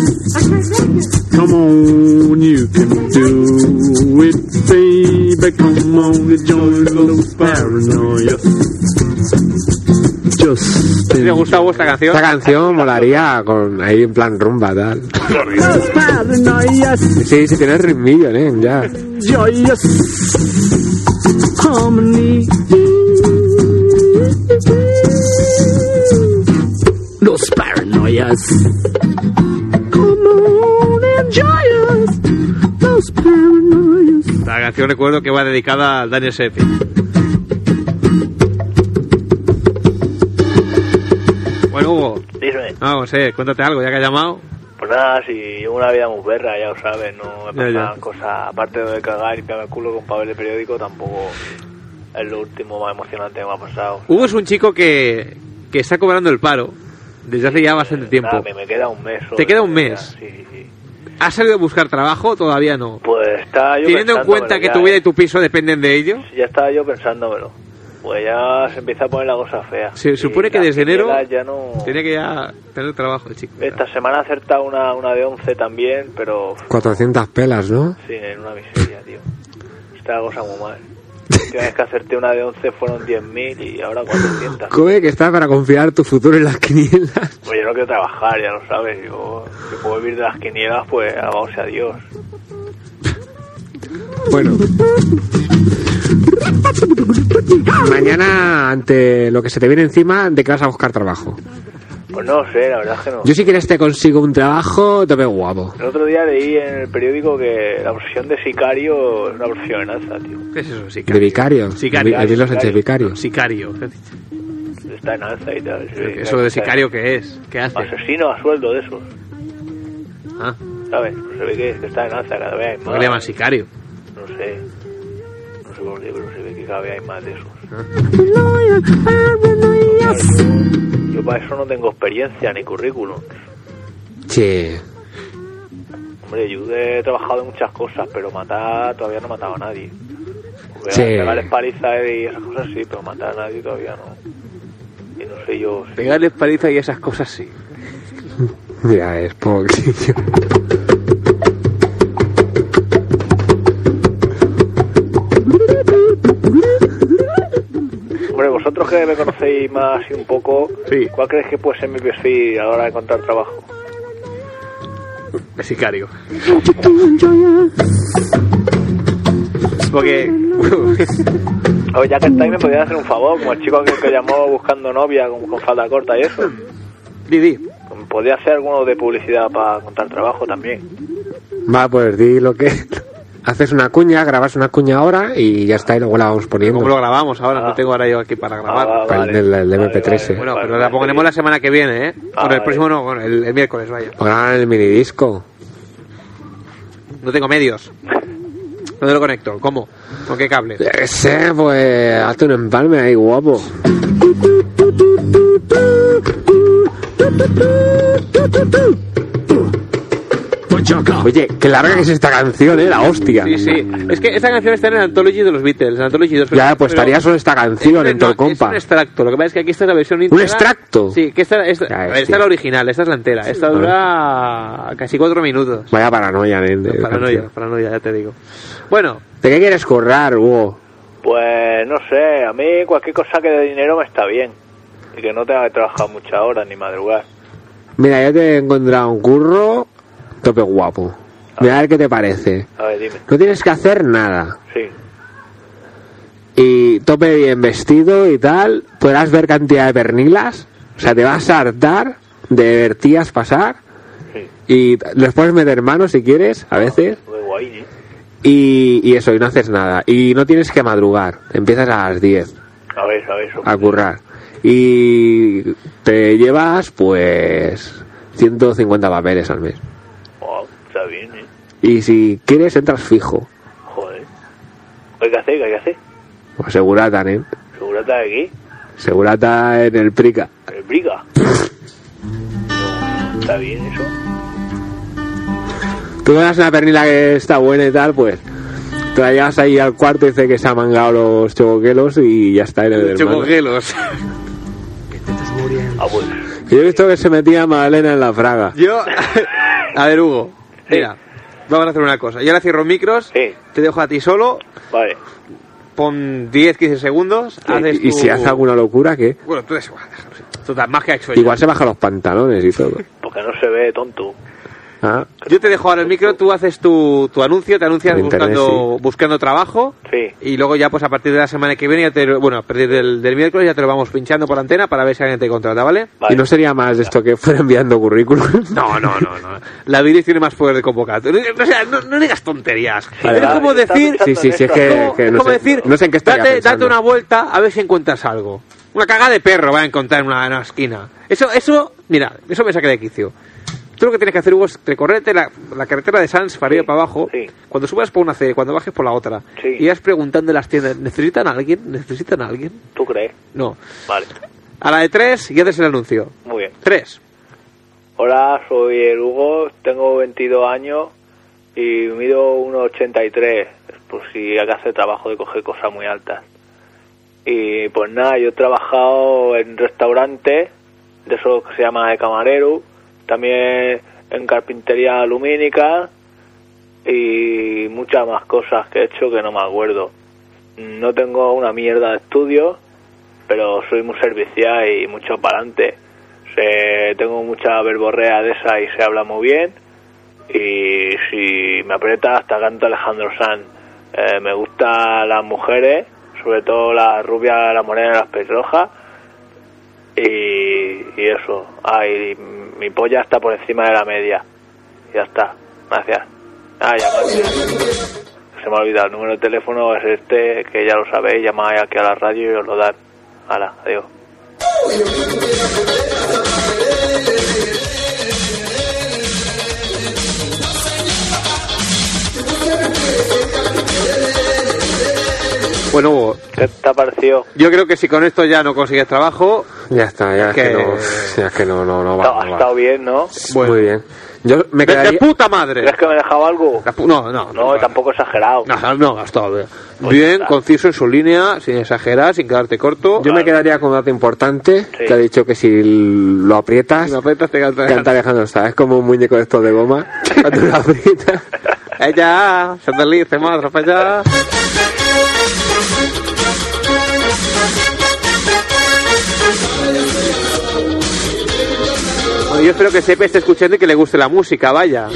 Speaker 3: Come on, you can do it, baby. Come on, and join those paranoias. Just
Speaker 1: Si te ha gustado vuestra canción,
Speaker 2: Esta canción molaría con ahí en plan rumba, tal.
Speaker 3: Los paranoias
Speaker 2: Sí, sí, tiene el ritmillo, ¿eh? Ya.
Speaker 3: enjoy us. Harmony. Los paranoias. Come on, enjoy us. Los paranoias.
Speaker 1: la canción recuerdo que va dedicada al Daniel Sepia. Bueno, Hugo,
Speaker 5: Dime.
Speaker 1: vamos, eh, cuéntate algo, ya que has llamado.
Speaker 5: Pues nada, si llevo una vida muy berra, ya lo sabes, no
Speaker 1: Ya,
Speaker 5: me
Speaker 1: ya.
Speaker 5: pasan cosas, aparte de cagar y pegarme el culo con papel de periódico, tampoco es lo último más emocionante que me ha pasado.
Speaker 1: Hugo es un chico que, que está cobrando el paro desde hace ya bastante
Speaker 5: Nada,
Speaker 1: tiempo.
Speaker 5: me, me queda un mes. solo,
Speaker 1: ¿Te queda un
Speaker 5: ya,
Speaker 1: mes?
Speaker 5: Sí, sí, sí.
Speaker 1: ¿Ha salido a buscar trabajo? Todavía no.
Speaker 5: Pues estaba yo
Speaker 1: Teniendo en
Speaker 5: pensándomelo
Speaker 1: cuenta que
Speaker 5: ya,
Speaker 1: tu vida y
Speaker 5: ¿eh?
Speaker 1: tu piso dependen de ello,
Speaker 5: Ya estaba yo pensándomelo. Pues ya se empieza a poner la cosa fea.
Speaker 1: Se
Speaker 5: Y
Speaker 1: supone que
Speaker 5: las
Speaker 1: desde enero
Speaker 5: quinielas ya no...
Speaker 1: Tenía que ya tener trabajo el chico.
Speaker 5: Esta semana ha acertado una, una de 11 también, pero
Speaker 2: 400 pelas, ¿no?
Speaker 5: Sí, en una miseria, tío. Está la cosa muy mal. La última vez que hacerte una de 11 fueron 10.000 y ahora 400.
Speaker 2: Come que está para confiar tu futuro en las quinielas.
Speaker 5: Pues yo no quiero trabajar, ya lo sabes. Yo, si puedo vivir de las quinielas, pues alabado sea Dios.
Speaker 2: Bueno. Mañana, ante lo que se te viene encima, de que vas a buscar trabajo.
Speaker 5: Pues no sé, la verdad es que no.
Speaker 2: Yo si quieres te consigo un trabajo, te veo guapo.
Speaker 5: El otro día leí en el periódico que la profesión de sicario es una profesión en alza, tío.
Speaker 1: ¿Qué es eso?
Speaker 2: De
Speaker 1: Sicario.
Speaker 2: vicario.
Speaker 1: Sicario.
Speaker 2: Allí los Sánchez
Speaker 1: Sicario.
Speaker 2: vicarios.
Speaker 1: Sicario.
Speaker 5: Está en alza y tal. sí.
Speaker 1: ¿Eso de sicario qué es? ¿Qué hace?
Speaker 5: Asesino a sueldo de esos,
Speaker 1: Ah,
Speaker 5: ¿sabes? No sé qué es, que está en alza cada vez. hay
Speaker 1: ¿por qué le llaman
Speaker 5: más.
Speaker 1: sicario?
Speaker 5: No sé. No sé por qué, pero se ve que cada vez hay más de esos. Yo, yo para eso no tengo experiencia ni currículum.
Speaker 2: Che.
Speaker 5: Hombre, yo he trabajado en muchas cosas, pero matar todavía no he matado a nadie. Porque
Speaker 2: Sí.
Speaker 5: Pegarles palizas y esas cosas sí, pero matar a nadie todavía no. Y no sé yo. si-
Speaker 1: Pegarle paliza y esas cosas sí.
Speaker 2: Mira, es pobrecillo.
Speaker 5: Hombre, vosotros que me conocéis más y un poco,
Speaker 1: Sí.
Speaker 5: ¿cuál creéis que puede ser mi perfil a la hora de encontrar trabajo?
Speaker 1: De sicario. Porque.
Speaker 5: [laughs] Oye, ya que estáis, me podrían hacer un favor, como el chico que, que llamó buscando novia con, con falda corta y eso.
Speaker 1: Didi.
Speaker 5: Podría hacer alguno de publicidad para contar trabajo también.
Speaker 2: Va, pues di lo que... Haces una cuña, grabas una cuña ahora y ya está, y luego la vamos
Speaker 1: ¿Cómo lo
Speaker 2: poniendo.
Speaker 1: grabamos ahora?
Speaker 5: Ah.
Speaker 1: No tengo ahora yo aquí para grabar.
Speaker 5: Ah,
Speaker 2: Para el del- del MP3, sí.
Speaker 1: Bueno,
Speaker 5: vale,
Speaker 1: pero la
Speaker 5: vale.
Speaker 1: pondremos la semana que viene, ¿eh?
Speaker 5: Ah,
Speaker 1: Bueno, el
Speaker 5: vale.
Speaker 1: próximo no, bueno, el, el miércoles, vaya.
Speaker 2: O graban el minidisco.
Speaker 1: No tengo medios. ¿Dónde lo conecto? ¿Cómo? ¿Con qué cable?
Speaker 2: Yo qué sé, pues hazte un empalme ahí, guapo. Oye, qué larga que es esta canción, eh, la hostia.
Speaker 1: Sí, sí. Es que esta canción está en el Anthology de los Beatles, en Anthology 2.
Speaker 2: Ya, pues
Speaker 1: pero-
Speaker 2: estaría solo esta
Speaker 1: Este No,
Speaker 2: canción en todo el
Speaker 1: no, Es
Speaker 2: compa.
Speaker 1: un extracto. Lo que pasa es que aquí está la versión íntegra.
Speaker 2: extracto?
Speaker 1: Sí, que esta, esta,
Speaker 2: Ya,
Speaker 1: a ver,
Speaker 2: hostia.
Speaker 1: esta es la original, esta es la entera. Esta dura casi cuatro minutos.
Speaker 2: Vaya paranoia, eh. de
Speaker 1: Paranoia,
Speaker 2: canción.
Speaker 1: paranoia, ya te digo. Bueno,
Speaker 2: ¿De qué quieres currar, Hugo?
Speaker 5: Pues no sé, a mí cualquier cosa que dé dinero me está bien. Y que no tenga que trabajar muchas horas ni madrugar.
Speaker 2: Mira, yo te he encontrado un curro tope guapo. Mira a ver qué te parece.
Speaker 5: A ver, dime.
Speaker 2: No tienes que hacer nada.
Speaker 5: Sí.
Speaker 2: y tope bien vestido y tal, podrás ver cantidad de pernilas, o sea, te vas a hartar de ver tías pasar
Speaker 5: Sí.
Speaker 2: y t- les puedes meter mano si quieres, a veces,
Speaker 5: Muy guay, ¿eh?
Speaker 2: y, y eso, y no haces nada, y no tienes que madrugar, empiezas a las 10
Speaker 5: A ver, a ver. eso.
Speaker 2: a currar, y te llevas pues 150 papeles al mes,
Speaker 5: Wow, está bien, ¿eh?
Speaker 2: y si quieres entras fijo,
Speaker 5: Joder. ¿Qué hay que hacer? ¿Qué hay que hacer?
Speaker 2: o segurata, ¿eh?
Speaker 5: Segúrate de aquí.
Speaker 2: Segurata en el prica.
Speaker 5: Eh, Briga. No, Está bien eso.
Speaker 2: tú das una pernila que está buena y tal, pues te la llevas ahí al cuarto y dice que se han mangado los chocoquelos y ya está en el hermano.
Speaker 1: chocogelos.
Speaker 5: Ah, pues.
Speaker 2: Yo he visto que se metía Madalena en la fraga.
Speaker 1: Yo. [laughs] A ver, Hugo. Mira, vamos a hacer una cosa. Yo ahora cierro micros.
Speaker 5: Sí.
Speaker 1: Te dejo a ti solo.
Speaker 5: Vale.
Speaker 1: Pon 10, 15 segundos. haces
Speaker 2: Y, y
Speaker 1: tu-
Speaker 2: si hace alguna locura, ¿qué?
Speaker 1: Bueno, tú des igual. déjalo, sí. Total, más que ha hecho
Speaker 2: Igual se baja los pantalones
Speaker 1: [laughs]
Speaker 2: y todo.
Speaker 5: Porque no se ve tonto.
Speaker 2: Ah,
Speaker 1: yo. Yo te dejo ahora el micro, tú haces tu, tu anuncio, te anuncias
Speaker 2: Por internet,
Speaker 1: buscando, buscando trabajo.
Speaker 5: Sí.
Speaker 1: Y luego ya, pues a partir de la semana que viene, ya te, lo- bueno, a partir del, del miércoles ya te lo vamos pinchando por antena para ver si alguien te contrata, ¿vale?
Speaker 5: Vale.
Speaker 2: Y no sería más de esto que fuera
Speaker 1: [laughs]
Speaker 2: enviando currículum.
Speaker 1: No, no, no, no. La Viris tiene más poder de convocatoria. O sea, no, no digas tonterías.
Speaker 2: Vale,
Speaker 1: es
Speaker 2: vale.
Speaker 1: como decir...
Speaker 5: Está
Speaker 2: Sí, sí, sí,
Speaker 1: Es
Speaker 2: es que,
Speaker 1: como-
Speaker 2: que
Speaker 1: es
Speaker 2: no,
Speaker 1: como
Speaker 2: sé,
Speaker 1: decir,
Speaker 2: no sé en qué estaría
Speaker 1: date,
Speaker 2: pensando.
Speaker 1: date una vuelta a ver si encuentras algo. Una caga de perro va a encontrar en una, en una esquina. Eso, eso, mira, eso me saca de quicio. Tú lo que tienes que hacer, Hugo, es recorrerte la, la carretera de Sans para
Speaker 5: Sí,
Speaker 1: arriba y para abajo.
Speaker 5: sí.
Speaker 1: Cuando subas por una C, cuando bajes por la otra.
Speaker 5: Sí.
Speaker 1: Y vas preguntando en las tiendas, ¿necesitan a alguien? ¿Necesitan a alguien?
Speaker 5: ¿Tú crees?
Speaker 1: No.
Speaker 5: Vale.
Speaker 1: A la de tres y haces el anuncio.
Speaker 5: Muy bien.
Speaker 1: Tres.
Speaker 5: Hola, soy el Hugo, tengo 22 años y Pues mido 1,83, por si hay que hacer trabajo de coger cosas muy altas. Y pues nada, yo he trabajado en restaurantes, de esos que se llama de camarero, también en carpintería lumínica y muchas más cosas que he hecho que no me acuerdo. No tengo una mierda de estudios, pero soy muy servicial y mucho para adelante. Tengo mucha verborrea de esa y se habla muy bien. Y si me aprieta, hasta canto Alejandro Sanz. Eh, me gustan las mujeres, sobre todo las rubias, las morenas, las pelirrojas. Y, y eso. Ah, y mi polla está por encima de la media. Ya está. Gracias. Ah, llamad. Se me ha olvidado. El número de teléfono es este, que ya lo sabéis. Llamáis aquí a la radio y os lo dan. Hala, adiós.
Speaker 1: Bueno, Hugo,
Speaker 5: ¿Qué te ha parecido?
Speaker 1: yo creo que si con esto ya no consigues trabajo,
Speaker 2: Ya está, ya es que,
Speaker 1: Que-
Speaker 2: no, ya es que no, no, no
Speaker 5: Ha
Speaker 2: va. no va.
Speaker 5: estado bien, ¿no?
Speaker 1: bueno.
Speaker 2: Muy bien. Yo me
Speaker 1: ¡de
Speaker 2: quedaría.
Speaker 1: puta madre!
Speaker 5: ¿Crees que me he dejado algo?
Speaker 1: La pu- No, no,
Speaker 5: No, tampoco exagerado.
Speaker 1: No, no, ha estado bien.
Speaker 5: Pues ya
Speaker 1: Bien,
Speaker 5: está.
Speaker 1: conciso en su línea, sin exagerar, sin quedarte corto.
Speaker 2: Yo me quedaría con un dato importante
Speaker 5: Sí.
Speaker 2: que ha dicho que si lo aprietas,
Speaker 1: Si me aprietas, te canto.
Speaker 2: canta Alejandro Sanz. Es como un muñeco de estos de goma. [laughs] Cuando lo aprietas.
Speaker 1: [laughs] Ella, se deslice, madre, pues para allá. Bueno, yo espero que Sepe esté escuchando y que le guste la música, vaya.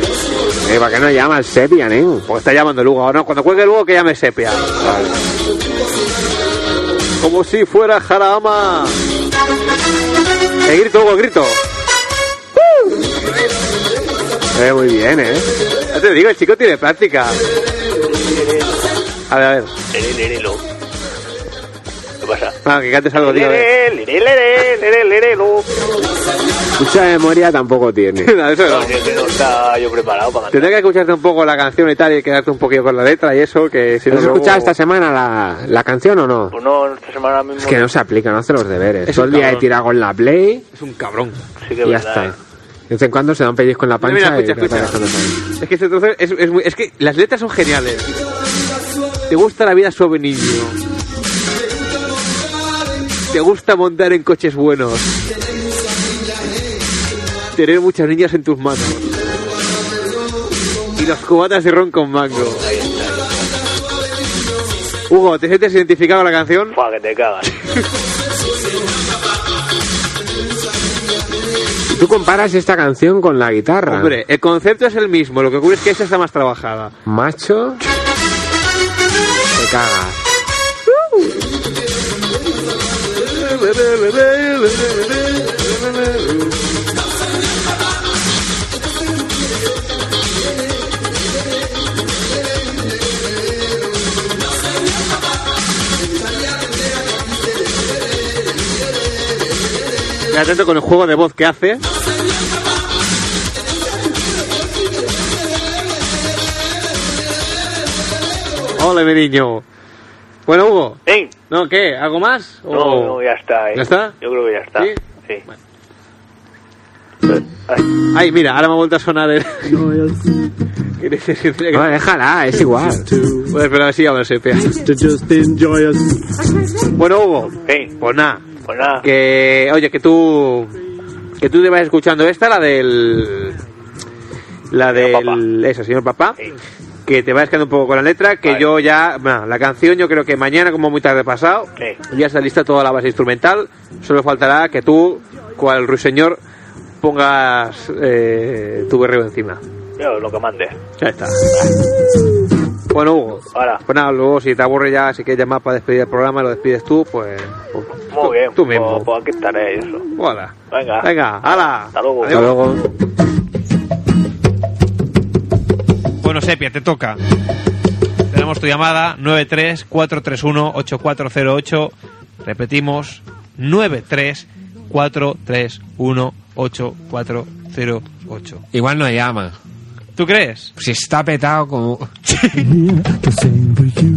Speaker 2: Eh, ¿Para qué no llama el sepia, nen?
Speaker 1: Porque está llamando Lugo ahora. No, cuando cuelgue Lugo que llame Sepia. Como si fuera Jarama. El grito, Hugo, el grito.
Speaker 2: Eh, muy bien, ¿eh?
Speaker 1: Ya te digo, el chico tiene práctica. A ver, a ver.
Speaker 5: Lere, lere, lo. ¿Qué pasa?
Speaker 1: Ah, que cantes algo, eh. tío. a ver.
Speaker 5: Lere, lere, lere, lere, lere, lo.
Speaker 2: Mucha memoria tampoco [laughs] tiene.
Speaker 1: No, eso no.
Speaker 5: No, yo que no estaba yo preparado para cantar.
Speaker 1: Tendré que escucharte un poco la canción y tal y quedarte un poquillo con la letra y eso, que si no
Speaker 2: ¿Has
Speaker 1: luego-
Speaker 2: escuchado esta semana la, la canción o no?
Speaker 5: Pues no, esta semana mismo.
Speaker 2: Es que no se aplica, no hace los deberes.
Speaker 1: Es
Speaker 2: Todo el
Speaker 1: un
Speaker 2: día he
Speaker 1: cabrón.
Speaker 2: tirado con la play
Speaker 1: Es un cabrón.
Speaker 5: Sí que
Speaker 2: y
Speaker 5: es
Speaker 2: ya
Speaker 5: verdad.
Speaker 2: está.
Speaker 5: ¿eh?
Speaker 2: De vez en cuando se da un pellizco en la
Speaker 1: Mira,
Speaker 2: pancha
Speaker 1: mira,
Speaker 2: y
Speaker 1: escucha,
Speaker 2: canta
Speaker 1: escucha.
Speaker 2: Alejandro Sanz.
Speaker 1: Es que este trozo es, es muy- es que las letras son geniales. Te gusta la vida suave, niño. Te gusta montar en coches buenos. Tener muchas niñas en tus manos. Y las cubatas de ron con mango. Hugo, ¿te sientes identificado con la canción?
Speaker 5: Fua, que te cagas.
Speaker 2: Tú comparas esta canción con la guitarra.
Speaker 1: Hombre, el concepto es el mismo, lo que ocurre es que esta está más trabajada.
Speaker 2: Macho. Te cagas.
Speaker 1: Me atento con el juego de voz que hace. Ole, mi niño. Bueno, Hugo.
Speaker 5: ¡Ey!
Speaker 1: ¿No qué? ¿Algo más? ¿O-
Speaker 5: No, no, ya está, ¿eh?
Speaker 1: Oh. ¿Ya está?
Speaker 5: Yo creo que ya está.
Speaker 1: ¿Sí?
Speaker 5: Sí.
Speaker 1: Bueno.
Speaker 5: Ay,
Speaker 1: Ay, mira, ahora me ha vuelto a sonar el... [laughs] Que dice-
Speaker 2: No, déjala, es igual.
Speaker 1: Bueno, espera, a ver si ya me lo sé, espera.
Speaker 7: To just enjoy us.
Speaker 1: Bueno, Hugo.
Speaker 5: ey,
Speaker 1: Pues nada.
Speaker 5: pues nada.
Speaker 1: Que, oye, que tú. Que tú te vas escuchando esta, la del. La
Speaker 5: Señor
Speaker 1: del. Esa, señor papá.
Speaker 5: Ey,
Speaker 1: Que te vayas quedando un poco con la letra. Que
Speaker 5: Vale.
Speaker 1: yo ya. Bueno, la canción, yo creo que mañana, como muy tarde pasado.
Speaker 5: ey.
Speaker 1: Ya está lista toda la base instrumental. Solo faltará que tú, cual ruiseñor, pongas eh, tu berreo encima.
Speaker 5: Yo lo que mande.
Speaker 1: Ya está. Bueno, Hugo.
Speaker 5: Ahora.
Speaker 1: Pues nada, luego si te aburre ya, si quieres llamar para despedir el programa, lo despides tú, pues. pues tú-
Speaker 5: Muy bien.
Speaker 1: Tú mismo.
Speaker 5: Pues, pues aquí estaré y eso.
Speaker 1: Hola.
Speaker 5: Venga.
Speaker 1: Venga, ala.
Speaker 5: Hasta luego.
Speaker 1: Adiós.
Speaker 2: Hasta luego.
Speaker 1: Bueno, Sepia, te toca. Tenemos tu llamada 934318408. Repetimos 934318408.
Speaker 8: Igual no llama.
Speaker 1: ¿Tú crees?
Speaker 8: Si está petado como...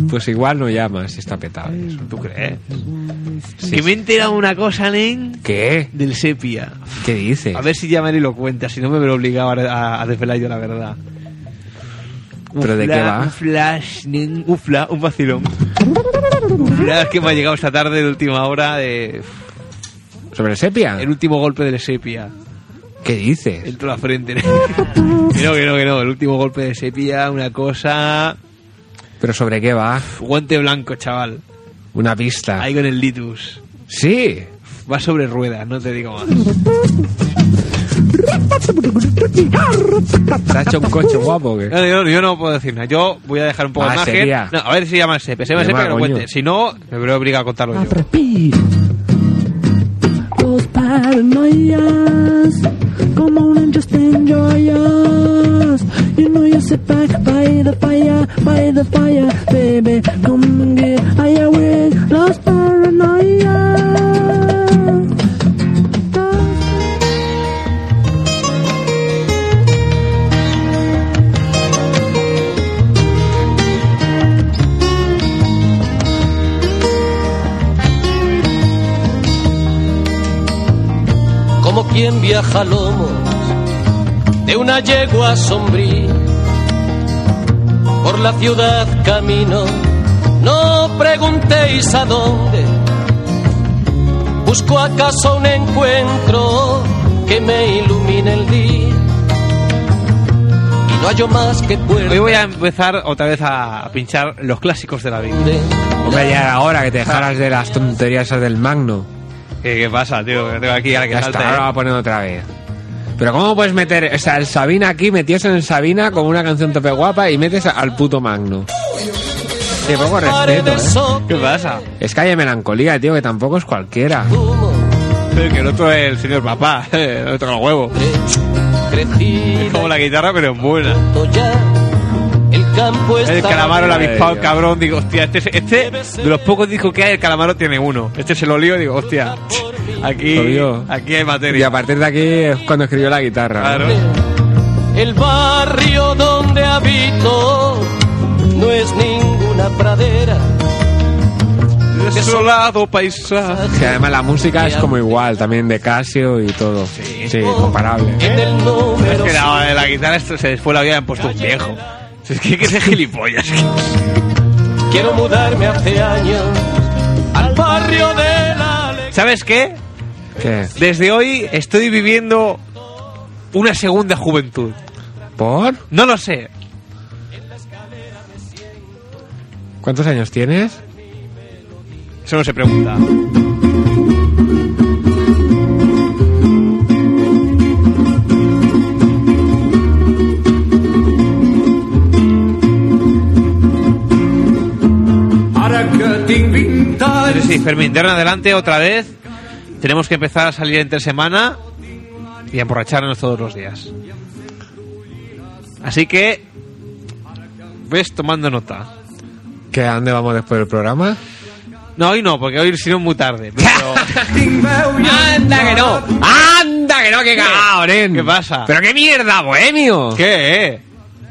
Speaker 8: pues igual no llama si está petado. y eso.
Speaker 1: ¿Tú crees?
Speaker 8: Sí,
Speaker 1: que
Speaker 8: sí.
Speaker 1: me he enterado una cosa, Nen,
Speaker 8: ¿Qué?
Speaker 1: del Sepia.
Speaker 8: ¿Qué dices?
Speaker 1: A ver si ya Mary lo cuenta, si no me veo obligado a, a- a desvelar yo la verdad. Un
Speaker 8: ¿Pero de
Speaker 1: fla-
Speaker 8: qué va?
Speaker 1: Un flash, Nen, un fla, un vacilón. Mirad que me ha llegado esta tarde de última hora de...
Speaker 2: ¿Sobre sepia?
Speaker 1: El último golpe del sepia.
Speaker 2: ¿Qué dices?
Speaker 1: Entro a la frente. [laughs] que no, que no, que no. El último golpe de sepia, una cosa...
Speaker 2: ¿Pero sobre qué va?
Speaker 1: Guante blanco, chaval.
Speaker 2: Una pista.
Speaker 1: Ahí con el litus.
Speaker 2: Sí.
Speaker 1: Va sobre ruedas, no te
Speaker 2: [laughs]
Speaker 1: digo más.
Speaker 2: Te ha hecho un coche guapo,
Speaker 1: [laughs]
Speaker 2: ¿qué?
Speaker 1: No, yo, yo no puedo decir nada. Yo voy a dejar un poco
Speaker 2: Ah,
Speaker 1: de margen.
Speaker 2: sería.
Speaker 1: No, a ver si llama el Sepe. Se llama el
Speaker 2: Llama,
Speaker 1: Sepe que lo
Speaker 2: coño.
Speaker 1: cuente. Si no, me veo obligado a contarlo yo.
Speaker 9: Atrapí. Dos paranoias, como un angel stand joyous. You know you sit back by the fire, by the fire, baby. Come and get high away. Los paranoias.
Speaker 10: como quien viaja a lomos de una yegua sombría. Por la ciudad camino, no preguntéis a dónde. Busco acaso un encuentro que me ilumine el día. Y no hallo más que puertas.
Speaker 2: Ah,
Speaker 1: Hoy voy a empezar otra vez a pinchar los clásicos de la vida.
Speaker 10: de
Speaker 2: Hombre, ya era hora que te dejaras de las tonterías esas del Magno.
Speaker 1: ¿Qué, qué pasa, tío? Que tengo aquí a la que
Speaker 2: Ya
Speaker 1: salta,
Speaker 2: está, ahora
Speaker 1: ¿eh?
Speaker 2: lo va a poner otra vez. Pero ¿cómo puedes meter, o sea, el Sabina aquí, metías en el Sabina como una canción tope guapa y metes al puto Magno? De poco respeto,
Speaker 10: paredes
Speaker 2: ¿eh?
Speaker 1: ¿Qué pasa?
Speaker 2: Es calle melancolía, tío, que tampoco es cualquiera.
Speaker 10: humo
Speaker 1: Que el otro es el señor papá. [laughs] El otro con huevo.
Speaker 10: crecí
Speaker 1: Es como la guitarra, pero es buena.
Speaker 10: ya. El campo está
Speaker 1: El calamaro, la
Speaker 2: Madre
Speaker 1: avispado,
Speaker 2: de Dios.
Speaker 1: cabrón. Digo, hostia, este, es- este de los pocos discos que hay, el calamaro tiene uno. Este se lo lío y digo, hostia, aquí,
Speaker 2: Lo lío.
Speaker 1: aquí hay
Speaker 2: Y a
Speaker 1: materia.
Speaker 2: partir de aquí es cuando escribió la guitarra.
Speaker 1: Claro.
Speaker 10: El barrio donde habito no es ninguna pradera.
Speaker 1: Desolado paisaje.
Speaker 2: Que además la música es como igual, también de Casio y todo. Sí, comparable.
Speaker 10: En el
Speaker 1: Es
Speaker 10: número
Speaker 1: que la, la guitarra esto, se después la habían puesto un viejo. Es que hay que ser gilipollas.
Speaker 10: quiero mudarme hace años al barrio de la alegría.
Speaker 1: ¿Sabes qué?
Speaker 2: ¿Qué?
Speaker 1: Desde hoy estoy viviendo una segunda juventud.
Speaker 2: ¿Por?
Speaker 1: No lo sé.
Speaker 2: ¿Cuántos años tienes?
Speaker 1: Eso no se pregunta.
Speaker 11: Ara que tinc 20
Speaker 1: Sí,
Speaker 11: anys,
Speaker 1: sí, Fermín, de ahora en adelante otra vez. Tenemos que empezar a salir entre semana y a emborracharnos todos los días. Así que ves tomando nota.
Speaker 2: ¿Que a dónde vamos después del programa?
Speaker 1: No, hoy no, porque hoy si no muy tarde. Pero...
Speaker 11: tinc veu i
Speaker 2: [laughs] ¡Anda que no! ¡Anda que no! ¡Qué cagado, Nen!
Speaker 1: ¿Qué pasa?
Speaker 2: ¿Pero qué mierda, bohemio?
Speaker 1: ¿Qué? eh?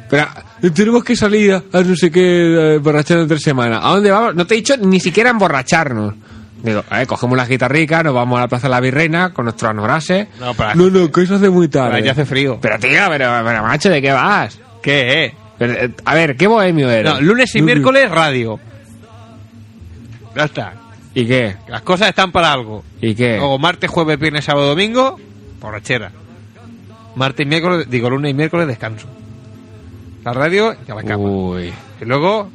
Speaker 2: Pero eh, tenemos que salir a a no sé qué eh, emborracharnos tres semanas. ¿A dónde vamos? No te he dicho ni siquiera emborracharnos. Digo, eh, cogemos las guitarricas, nos vamos a la Plaza de la Virreina con nuestros anorases.
Speaker 1: No, para-
Speaker 2: no, no, que eso hace muy tarde.
Speaker 1: Ahora ya hace frío.
Speaker 2: Pero tío, pero, pero, macho, ¿de qué vas?
Speaker 1: ¿Qué? eh?
Speaker 2: Pero, eh, a ver, ¿qué bohemio eres?
Speaker 1: No, lunes y
Speaker 2: Lunes.
Speaker 1: miércoles radio. Ya está.
Speaker 2: ¿Y qué?
Speaker 1: Las cosas están para algo.
Speaker 2: ¿Y qué?
Speaker 1: Luego martes, jueves, viernes, sábado, domingo, borrachera. Martes y miércoles, digo lunes y miércoles descanso. La radio y a la cama.
Speaker 2: Uy.
Speaker 1: Y luego,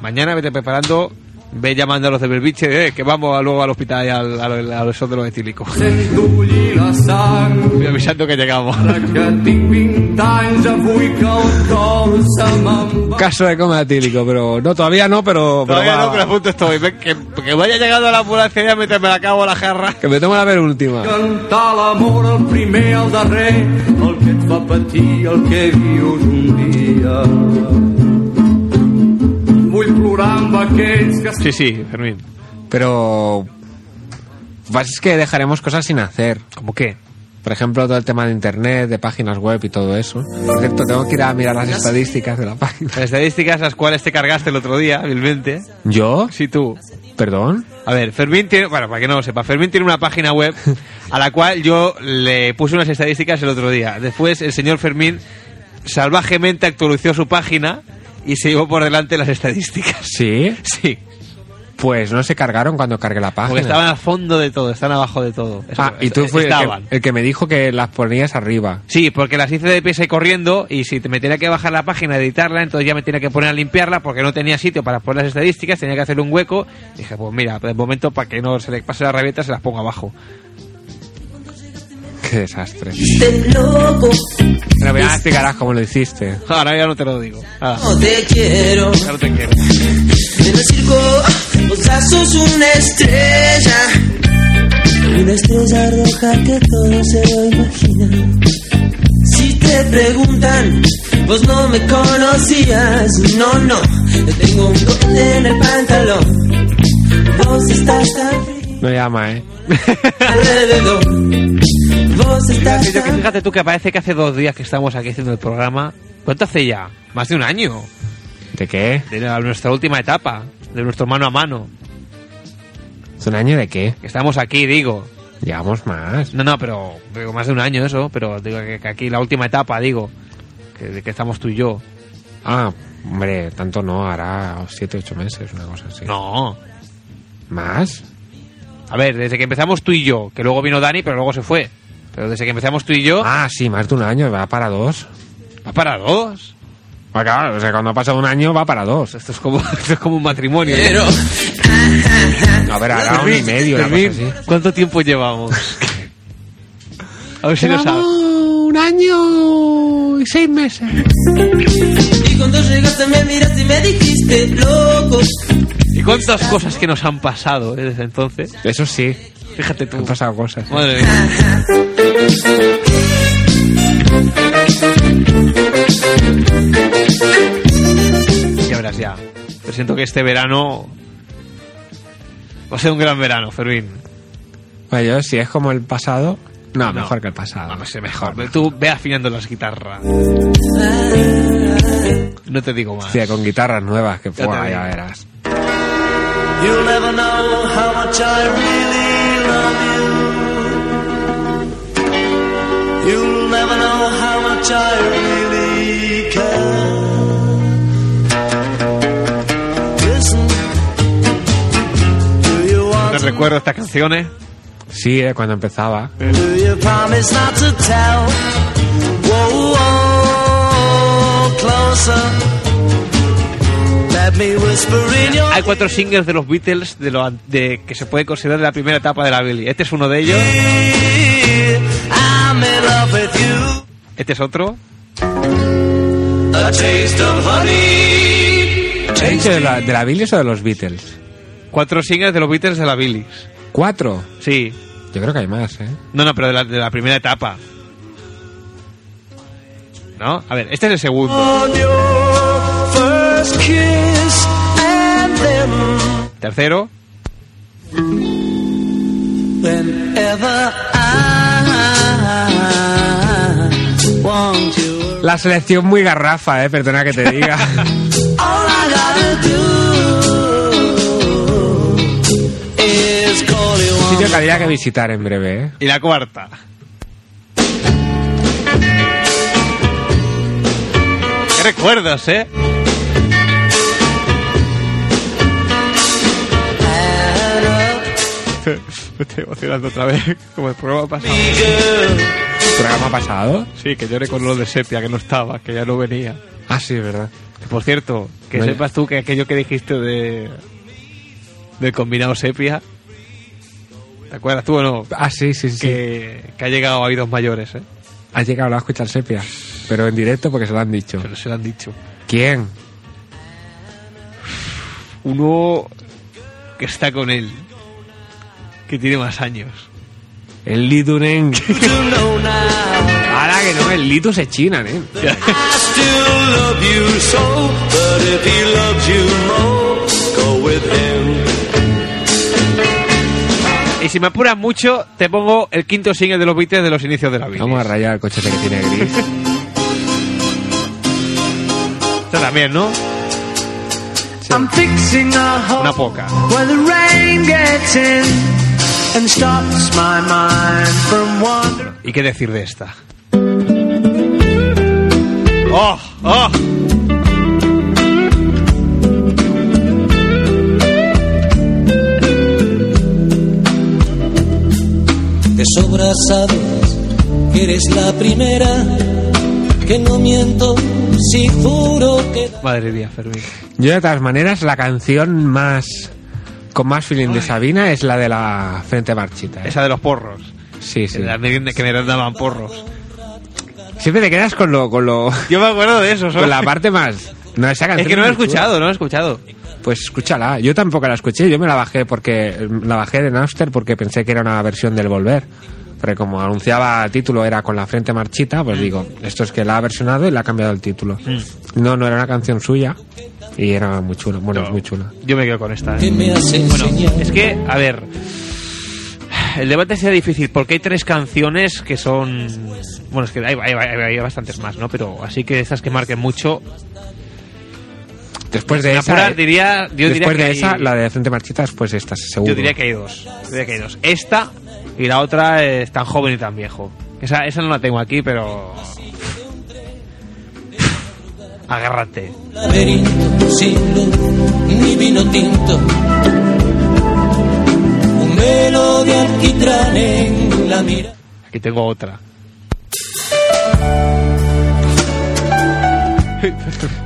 Speaker 1: mañana vete preparando, ve llamando a los de Belviche, eh, que vamos a- luego al hospital y al, al, al- al- de los etílicos.
Speaker 11: sento bullir la sang.
Speaker 1: Voy avisando que llegamos.
Speaker 11: Ara que tinc 20 anys, avui que el cor se me'n va.
Speaker 2: Caso de coma etílico, pero no, todavía no, pero. pero
Speaker 1: Todavía
Speaker 2: va,
Speaker 1: no, pero a punto estoy. Ven, Que, que vaya llegando a la ambulancia ya mientras me la acabo la jarra.
Speaker 2: Que me tomo la penúltima.
Speaker 11: Cantar l'amor, el primer, el darrer, el que et fa patir, el que vius un dia. Vull plorar amb aquells que...
Speaker 1: Sí, sí, Fermín.
Speaker 2: Pero. Lo que pasa es que dejaremos cosas sin hacer.
Speaker 1: ¿Cómo qué?
Speaker 2: Por ejemplo, todo el tema de internet, de páginas web y todo eso. Por cierto, tengo que ir a mirar las estadísticas de la página.
Speaker 1: Las estadísticas las cuales te cargaste el otro día, vilmente.
Speaker 2: ¿Yo?
Speaker 1: Sí, tú.
Speaker 2: ¿Perdón?
Speaker 1: A ver, Fermín tiene, bueno, para que no lo sepa, Fermín tiene una página web a la cual yo le puse unas estadísticas el otro día. Después el señor Fermín salvajemente actualizó su página y se llevó por delante las estadísticas.
Speaker 2: Sí.
Speaker 1: [laughs] Sí.
Speaker 2: Pues no se cargaron cuando cargué la página.
Speaker 1: Porque estaban al fondo de todo, están abajo de todo. Eso-
Speaker 2: Ah, y tú
Speaker 1: es-
Speaker 2: fuiste el
Speaker 1: estaban.
Speaker 2: que, el que me dijo que las ponías arriba.
Speaker 1: Sí, porque las hice de pieza y corriendo y si te- me tenía que bajar la página, editarla, entonces ya me tenía que poner a limpiarla porque no tenía sitio para poner las estadísticas, tenía que hacer un hueco. Dije, pues mira, de momento para que no se le pase la rabieta se las pongo abajo.
Speaker 2: Qué desastre. Pero me
Speaker 1: "Ah,
Speaker 2: explicarás cómo lo hiciste.
Speaker 1: [laughs] Ahora ya no te lo digo. Nada.
Speaker 10: No te quiero.
Speaker 1: Ya no te quiero.
Speaker 10: En el circo, vos ya sos una estrella. Una estrella roja que todo se lo imagina. Si te preguntan, vos no me conocías. No, no, yo tengo un don en el pantalón. Vos estás tan
Speaker 2: No llama, ¿eh?
Speaker 10: alrededor. Vos
Speaker 1: Fíjate, [laughs]
Speaker 10: estás
Speaker 1: yo que-
Speaker 10: tan
Speaker 1: fíjate tú que parece que hace dos días que estamos aquí haciendo el programa. ¿Cuánto hace ya? Más de un año.
Speaker 2: ¿De qué?
Speaker 1: De la- nuestra última etapa, de nuestro mano a mano.
Speaker 2: ¿Es un año de qué?
Speaker 1: Que estamos aquí, digo.
Speaker 2: Llevamos más.
Speaker 1: No, no, pero digo, más de un año eso, pero digo que, que aquí la última etapa, digo, que, de que estamos tú y yo.
Speaker 2: Ah, hombre, tanto no, hará 7, 8 meses, una cosa así.
Speaker 1: No.
Speaker 2: ¿Más?
Speaker 1: A ver, desde que empezamos tú y yo, que luego vino Dani, pero luego se fue. Pero desde que empezamos tú y yo,
Speaker 2: Ah, sí, más de un año, va para dos.
Speaker 1: va para dos.
Speaker 2: Ah, claro, o sea, cuando ha pasado un año va para dos.
Speaker 1: Esto es como, [laughs] esto es como un matrimonio. ¿eh?
Speaker 10: Pero-
Speaker 2: A ver, hará un y medio, una cosa
Speaker 1: Fermín,
Speaker 2: así.
Speaker 1: ¿cuánto tiempo llevamos? A ver si lo sabes.
Speaker 2: un año y seis meses.
Speaker 10: Y cuando llegaste me miraste y me dijiste, loco.
Speaker 1: ¿Y cuántas cosas que nos han pasado eh, desde entonces?
Speaker 2: Eso sí,
Speaker 1: Fíjate
Speaker 2: han
Speaker 1: tú.
Speaker 2: pasado cosas.
Speaker 1: Madre mía. Ya verás ya. Presiento que este verano va a ser un gran verano, Fermín.
Speaker 2: Bueno, yo, si es como el pasado, no,
Speaker 1: No.
Speaker 2: mejor que el pasado.
Speaker 1: Vamos, sé mejor. Tú ve afinando las guitarras. No te digo más.
Speaker 2: Hostia, con guitarras nuevas, que
Speaker 1: Ya te
Speaker 2: buah,
Speaker 1: digo.
Speaker 2: ya verás.
Speaker 6: You'll never know how much I really love you. You'll never know how much I really care. Listen, do you
Speaker 1: Te
Speaker 6: want to
Speaker 1: recuerdo estas canciones.
Speaker 2: Sí, eh, cuando empezaba.
Speaker 6: Do you promise not to tell? Whoa, whoa, closer. Let me whisper in your
Speaker 1: Hay cuatro singles de los Beatles de lo, an- de, que se puede considerar de la primera etapa de la Billy. Este es uno de ellos.
Speaker 6: ear. I'm in love with you.
Speaker 1: Este es otro.
Speaker 6: A taste of honey.
Speaker 2: ¿Has dicho de la, de la Billie o de los Beatles?
Speaker 1: Cuatro singles de los Beatles de la Billy.
Speaker 2: ¿Cuatro?
Speaker 1: Sí.
Speaker 2: Yo creo que hay más, ¿eh?
Speaker 1: No, no, pero de la, de la primera etapa. ¿No? A ver, este es el segundo.
Speaker 6: On your first kiss and then
Speaker 1: Tercero.
Speaker 6: whenever I want you.
Speaker 2: La selección muy garrafa, ¿eh? Perdona que te [laughs] diga.
Speaker 6: All I gotta do is call you
Speaker 2: Un
Speaker 6: on
Speaker 2: sitio que habría que visitar en breve, ¿eh?
Speaker 1: Y la cuarta. ¿Qué recuerdos, eh? [laughs] Me estoy emocionando otra vez, como el programa pasado.
Speaker 2: ¿Programa pasado?
Speaker 1: Sí, que lloré con lo de Sepia, que no estaba, que ya no venía.
Speaker 2: Ah, sí, es verdad.
Speaker 1: Por cierto, que
Speaker 2: Vaya.
Speaker 1: sepas tú que aquello que dijiste de. del combinado sepia. ¿Te acuerdas tú o no?
Speaker 2: Ah, sí, sí, sí.
Speaker 1: Que, que ha llegado a oídos mayores, ¿eh?
Speaker 2: Ha llegado a escuchar Sepia, pero en directo porque se lo han dicho.
Speaker 1: Pero se lo han dicho.
Speaker 2: ¿Quién?
Speaker 1: Uno que está con él, que tiene más años. [laughs]
Speaker 2: El Liduneng. Ahora que no, el Litu se chinan, ¿eh?
Speaker 6: I still love you so, but if he loves you more, go with him.
Speaker 1: Y si me apuras mucho, te pongo el quinto single de los Beatles de los inicios de la vida.
Speaker 2: Vamos a rayar el coche ese que tiene gris.
Speaker 1: Esta también, ¿no?
Speaker 6: I'm fixing a
Speaker 1: Una
Speaker 6: hole
Speaker 1: poca.
Speaker 6: where the rain gets in and stops my mind from wandering.
Speaker 1: ¿Y qué decir de esta? ¡Oh! ¡Oh!
Speaker 10: de sobra sabes que eres la primera que no miento si juro que...
Speaker 1: Madre mía, Fermín.
Speaker 2: Yo de todas maneras la canción más con más feeling de Sabina es la de la frente marchita. ¿eh?
Speaker 1: Esa de los porros.
Speaker 2: Sí, sí.
Speaker 1: Las meriendas que me daban porros.
Speaker 2: Siempre te quedas con lo
Speaker 1: [laughs]
Speaker 2: con lo
Speaker 1: Yo me acuerdo de eso,
Speaker 2: con la parte más. No, esa
Speaker 1: Es
Speaker 2: canción
Speaker 1: que no lo he
Speaker 2: es muy chula.
Speaker 1: escuchado, no lo he escuchado.
Speaker 2: Pues escúchala. Yo tampoco la escuché. Yo me la bajé porque la bajé de Napster porque pensé que era una versión del Volver. Porque como anunciaba título era con la frente marchita,
Speaker 1: Mm.
Speaker 2: pues digo, esto es que la ha versionado y le ha cambiado el título. No, no era una canción suya y era muy chula. Bueno, es muy chula.
Speaker 1: Yo me quedo con esta. ¿eh?
Speaker 10: ¿Qué me has
Speaker 1: Bueno,
Speaker 10: enseñado?
Speaker 1: es que, a ver. El debate sea difícil porque hay tres canciones que son. Bueno, es que hay, hay- hay- hay bastantes más, ¿no? Pero así que esas que marquen mucho.
Speaker 2: Después de
Speaker 1: Me
Speaker 2: esa,
Speaker 1: apura,
Speaker 2: eh,
Speaker 1: diría- yo diría
Speaker 2: después
Speaker 1: que
Speaker 2: de
Speaker 1: hay-
Speaker 2: esa, la de frente marchita, después esta, seguro.
Speaker 1: Yo diría que hay dos. Yo diría que hay dos. Esta y la otra es tan joven y tan viejo. Esa, esa no la tengo aquí, pero. [sighs] Agárrate.
Speaker 10: laberinto sin luz ni vino tinto. Un velo de alquitrán en la mira.
Speaker 1: Aquí tengo otra.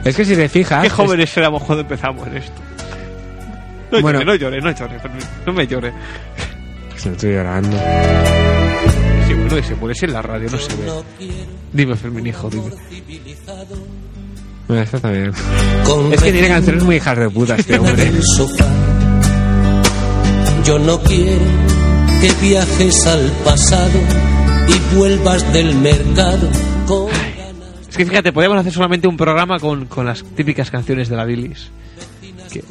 Speaker 2: Es que si te fijas.
Speaker 1: Qué jóvenes éramos cuando empezamos en esto. No
Speaker 2: Bueno.
Speaker 1: llores, no llores, no llores, Fermín. no me llores.
Speaker 2: es- Estoy llorando.
Speaker 1: Sí, bueno, que se muere, si en la radio, no se ve. Dime, Fermín, hijo, dime.
Speaker 2: Bueno, esta también. Es que tiene canciones muy hijas de puta este hombre.
Speaker 10: del sofá. Yo no quiero que viajes al pasado y vuelvas del mercado. con-
Speaker 1: Es que fíjate, podríamos hacer solamente un programa con, con las típicas canciones de la bilis. Que-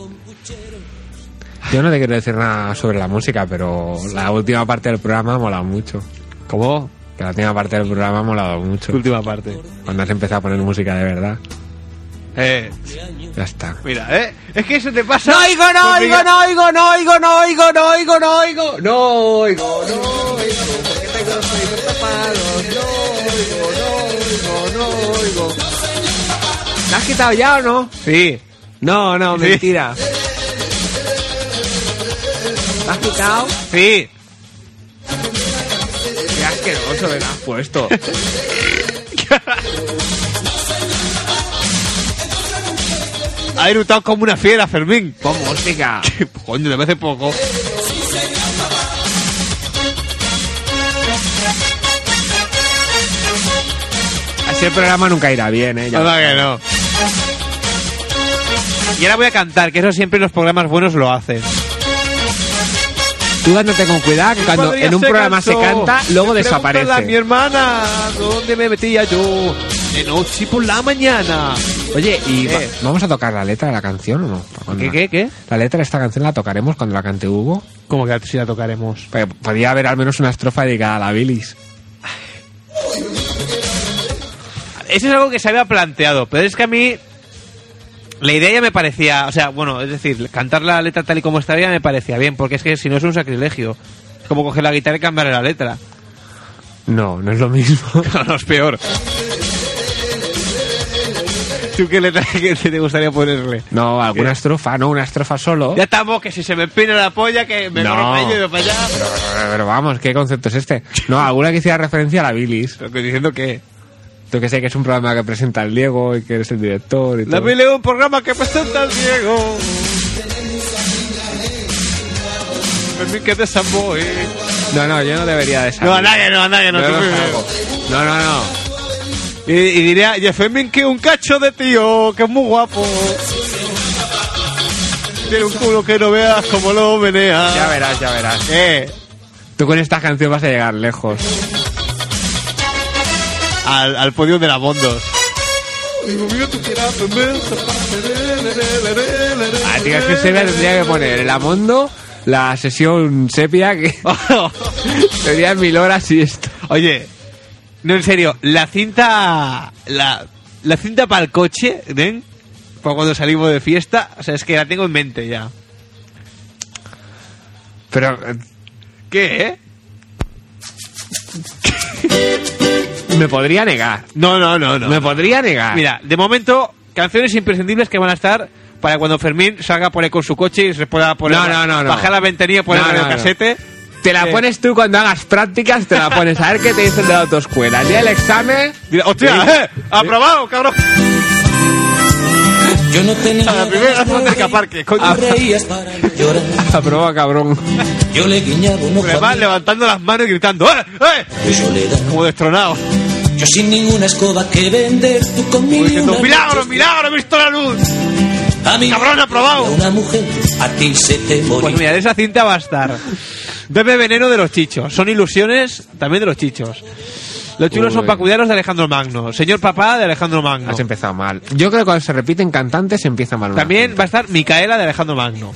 Speaker 2: Yo no te quiero decir nada sobre la música, pero la última parte del programa ha molado mucho.
Speaker 1: ¿Cómo?
Speaker 2: Que la última parte del programa ha molado mucho.
Speaker 1: Última parte.
Speaker 2: Cuando has empezado a poner música de verdad.
Speaker 1: Eh,
Speaker 2: Ya está.
Speaker 1: mira, eh. Es que eso te pasa.
Speaker 3: No oigo, no
Speaker 1: Porque
Speaker 3: oigo,
Speaker 1: ya-
Speaker 3: no oigo, no oigo, no oigo, no oigo, no oigo, no oigo. ¿La has quitado ya o no?
Speaker 1: Sí.
Speaker 2: No, no,
Speaker 1: Sí.
Speaker 2: mentira.
Speaker 3: ¿La has quitado?
Speaker 1: Sí.
Speaker 2: Qué asqueroso me la has puesto.
Speaker 1: [laughs] Ha erutado como una fiera, Fermín.
Speaker 2: Pon música.
Speaker 1: Que, [laughs] Coño, de vez en poco.
Speaker 2: Ese programa nunca irá bien, eh. ya.
Speaker 1: Nada que no. Y ahora voy a cantar, que eso siempre los programas buenos lo hacen.
Speaker 2: Tú dándote con cuidado que cuando en un programa se canta, luego
Speaker 1: A mi
Speaker 2: desaparece.
Speaker 1: hermana, ¿dónde me metía yo? De noche por la mañana.
Speaker 2: Oye, y va-
Speaker 1: Eh.
Speaker 2: ¿vamos a tocar la letra de la canción o no? Cuando
Speaker 1: ¿Qué,
Speaker 2: la-
Speaker 1: qué, qué?
Speaker 2: La letra de esta canción la tocaremos cuando la cante Hugo.
Speaker 1: ¿Cómo que si la tocaremos?
Speaker 2: Porque Podría haber al menos una estrofa dedicada a la bilis.
Speaker 1: Eso es algo que se había planteado, pero es que a mí la idea ya me parecía, o sea, bueno, es decir, cantar la letra tal y como estaba ya me parecía bien, porque es que si no es un sacrilegio. Es como coger la guitarra y cambiar la [laughs] letra.
Speaker 2: No, no es lo mismo.
Speaker 1: No, no es peor. ¿Tú qué letra que te gustaría ponerle?
Speaker 2: [laughs] No, alguna estrofa, no, una estrofa solo.
Speaker 1: Ya estamos, que si se me empina la polla, que me
Speaker 2: No.
Speaker 1: corro para allá y me para allá.
Speaker 2: Pero, pero vamos, ¿qué concepto es [laughs] este? No, alguna que hiciera referencia a la bilis.
Speaker 1: Pero que diciendo que...
Speaker 2: Tú que sé que es un programa que presenta el Diego y que eres el director y
Speaker 1: La
Speaker 2: todo.
Speaker 1: Biblia es un programa que presenta al Diego. Fermín, que te zambo, eh.
Speaker 2: No, no, yo no debería de
Speaker 1: No,
Speaker 2: saber.
Speaker 1: a nadie, no, a nadie, no.
Speaker 2: Yo
Speaker 1: tú
Speaker 2: no
Speaker 1: primero.
Speaker 2: salgo. no, no, no.
Speaker 1: Y, y diría, y Fermín, que un cacho de tío, que es muy guapo. Tiene un culo que no veas como lo menea.
Speaker 2: Ya verás, ya verás.
Speaker 1: Eh,
Speaker 2: Tú con esta canción vas a llegar lejos.
Speaker 1: al, al podio de la Bondos. Ah,
Speaker 2: Ah, tío, es que Sepia tendría que poner el Amondo, la sesión Sepia,
Speaker 1: [laughs]
Speaker 2: que sería mil horas y esto.
Speaker 1: Oye, no en serio, la cinta la, la cinta para el coche, ¿ven? Para cuando salimos de fiesta, o sea, es que la tengo en mente ya.
Speaker 2: Pero eh,
Speaker 1: ¿Qué? eh?
Speaker 2: me podría negar.
Speaker 1: No, no, no, no.
Speaker 2: Me podría negar.
Speaker 1: Mira, de momento canciones imprescindibles que van a estar para cuando Fermín salga por ahí con su coche y se pueda poner
Speaker 2: No, no, no, no.
Speaker 1: bajar la ventanilla por
Speaker 2: No,
Speaker 1: el
Speaker 2: no, eh. no.
Speaker 1: casete.
Speaker 2: Tú Te la pones tú cuando hagas prácticas, te la pones a ver qué te dicen de la autoescuela. Y el examen.
Speaker 1: ¡Hostia! ¡Eh! ¡Aprobado, cabrón!
Speaker 10: Yo no tenía.
Speaker 1: A la primera vez cerca parque, coño.
Speaker 10: Ah.
Speaker 2: Aprobado, cabrón.
Speaker 10: Yo le guiñaba unos
Speaker 1: Además, levantando las manos y gritando ¡Eh! ¡Eh! Como destronado.
Speaker 10: Yo sin ninguna escoba que vender, tú conmigo.
Speaker 1: Diciendo, ¡Milagro, milagro! ¡He visto la luz!
Speaker 10: A mí,
Speaker 1: ¡Cabrón, aprobado!
Speaker 10: Una mujer, a ti se te morirá.
Speaker 1: Pues mira, de esa cinta va a estar. Bebe veneno de los chichos. Son ilusiones también de los chichos. Los chulos son
Speaker 2: Uy.
Speaker 1: pacuderos de Alejandro Magno. Señor papá de Alejandro Magno.
Speaker 2: Has empezado mal. Yo creo que cuando se repiten cantantes se empieza mal. una
Speaker 1: También va a estar Micaela de Alejandro Magno.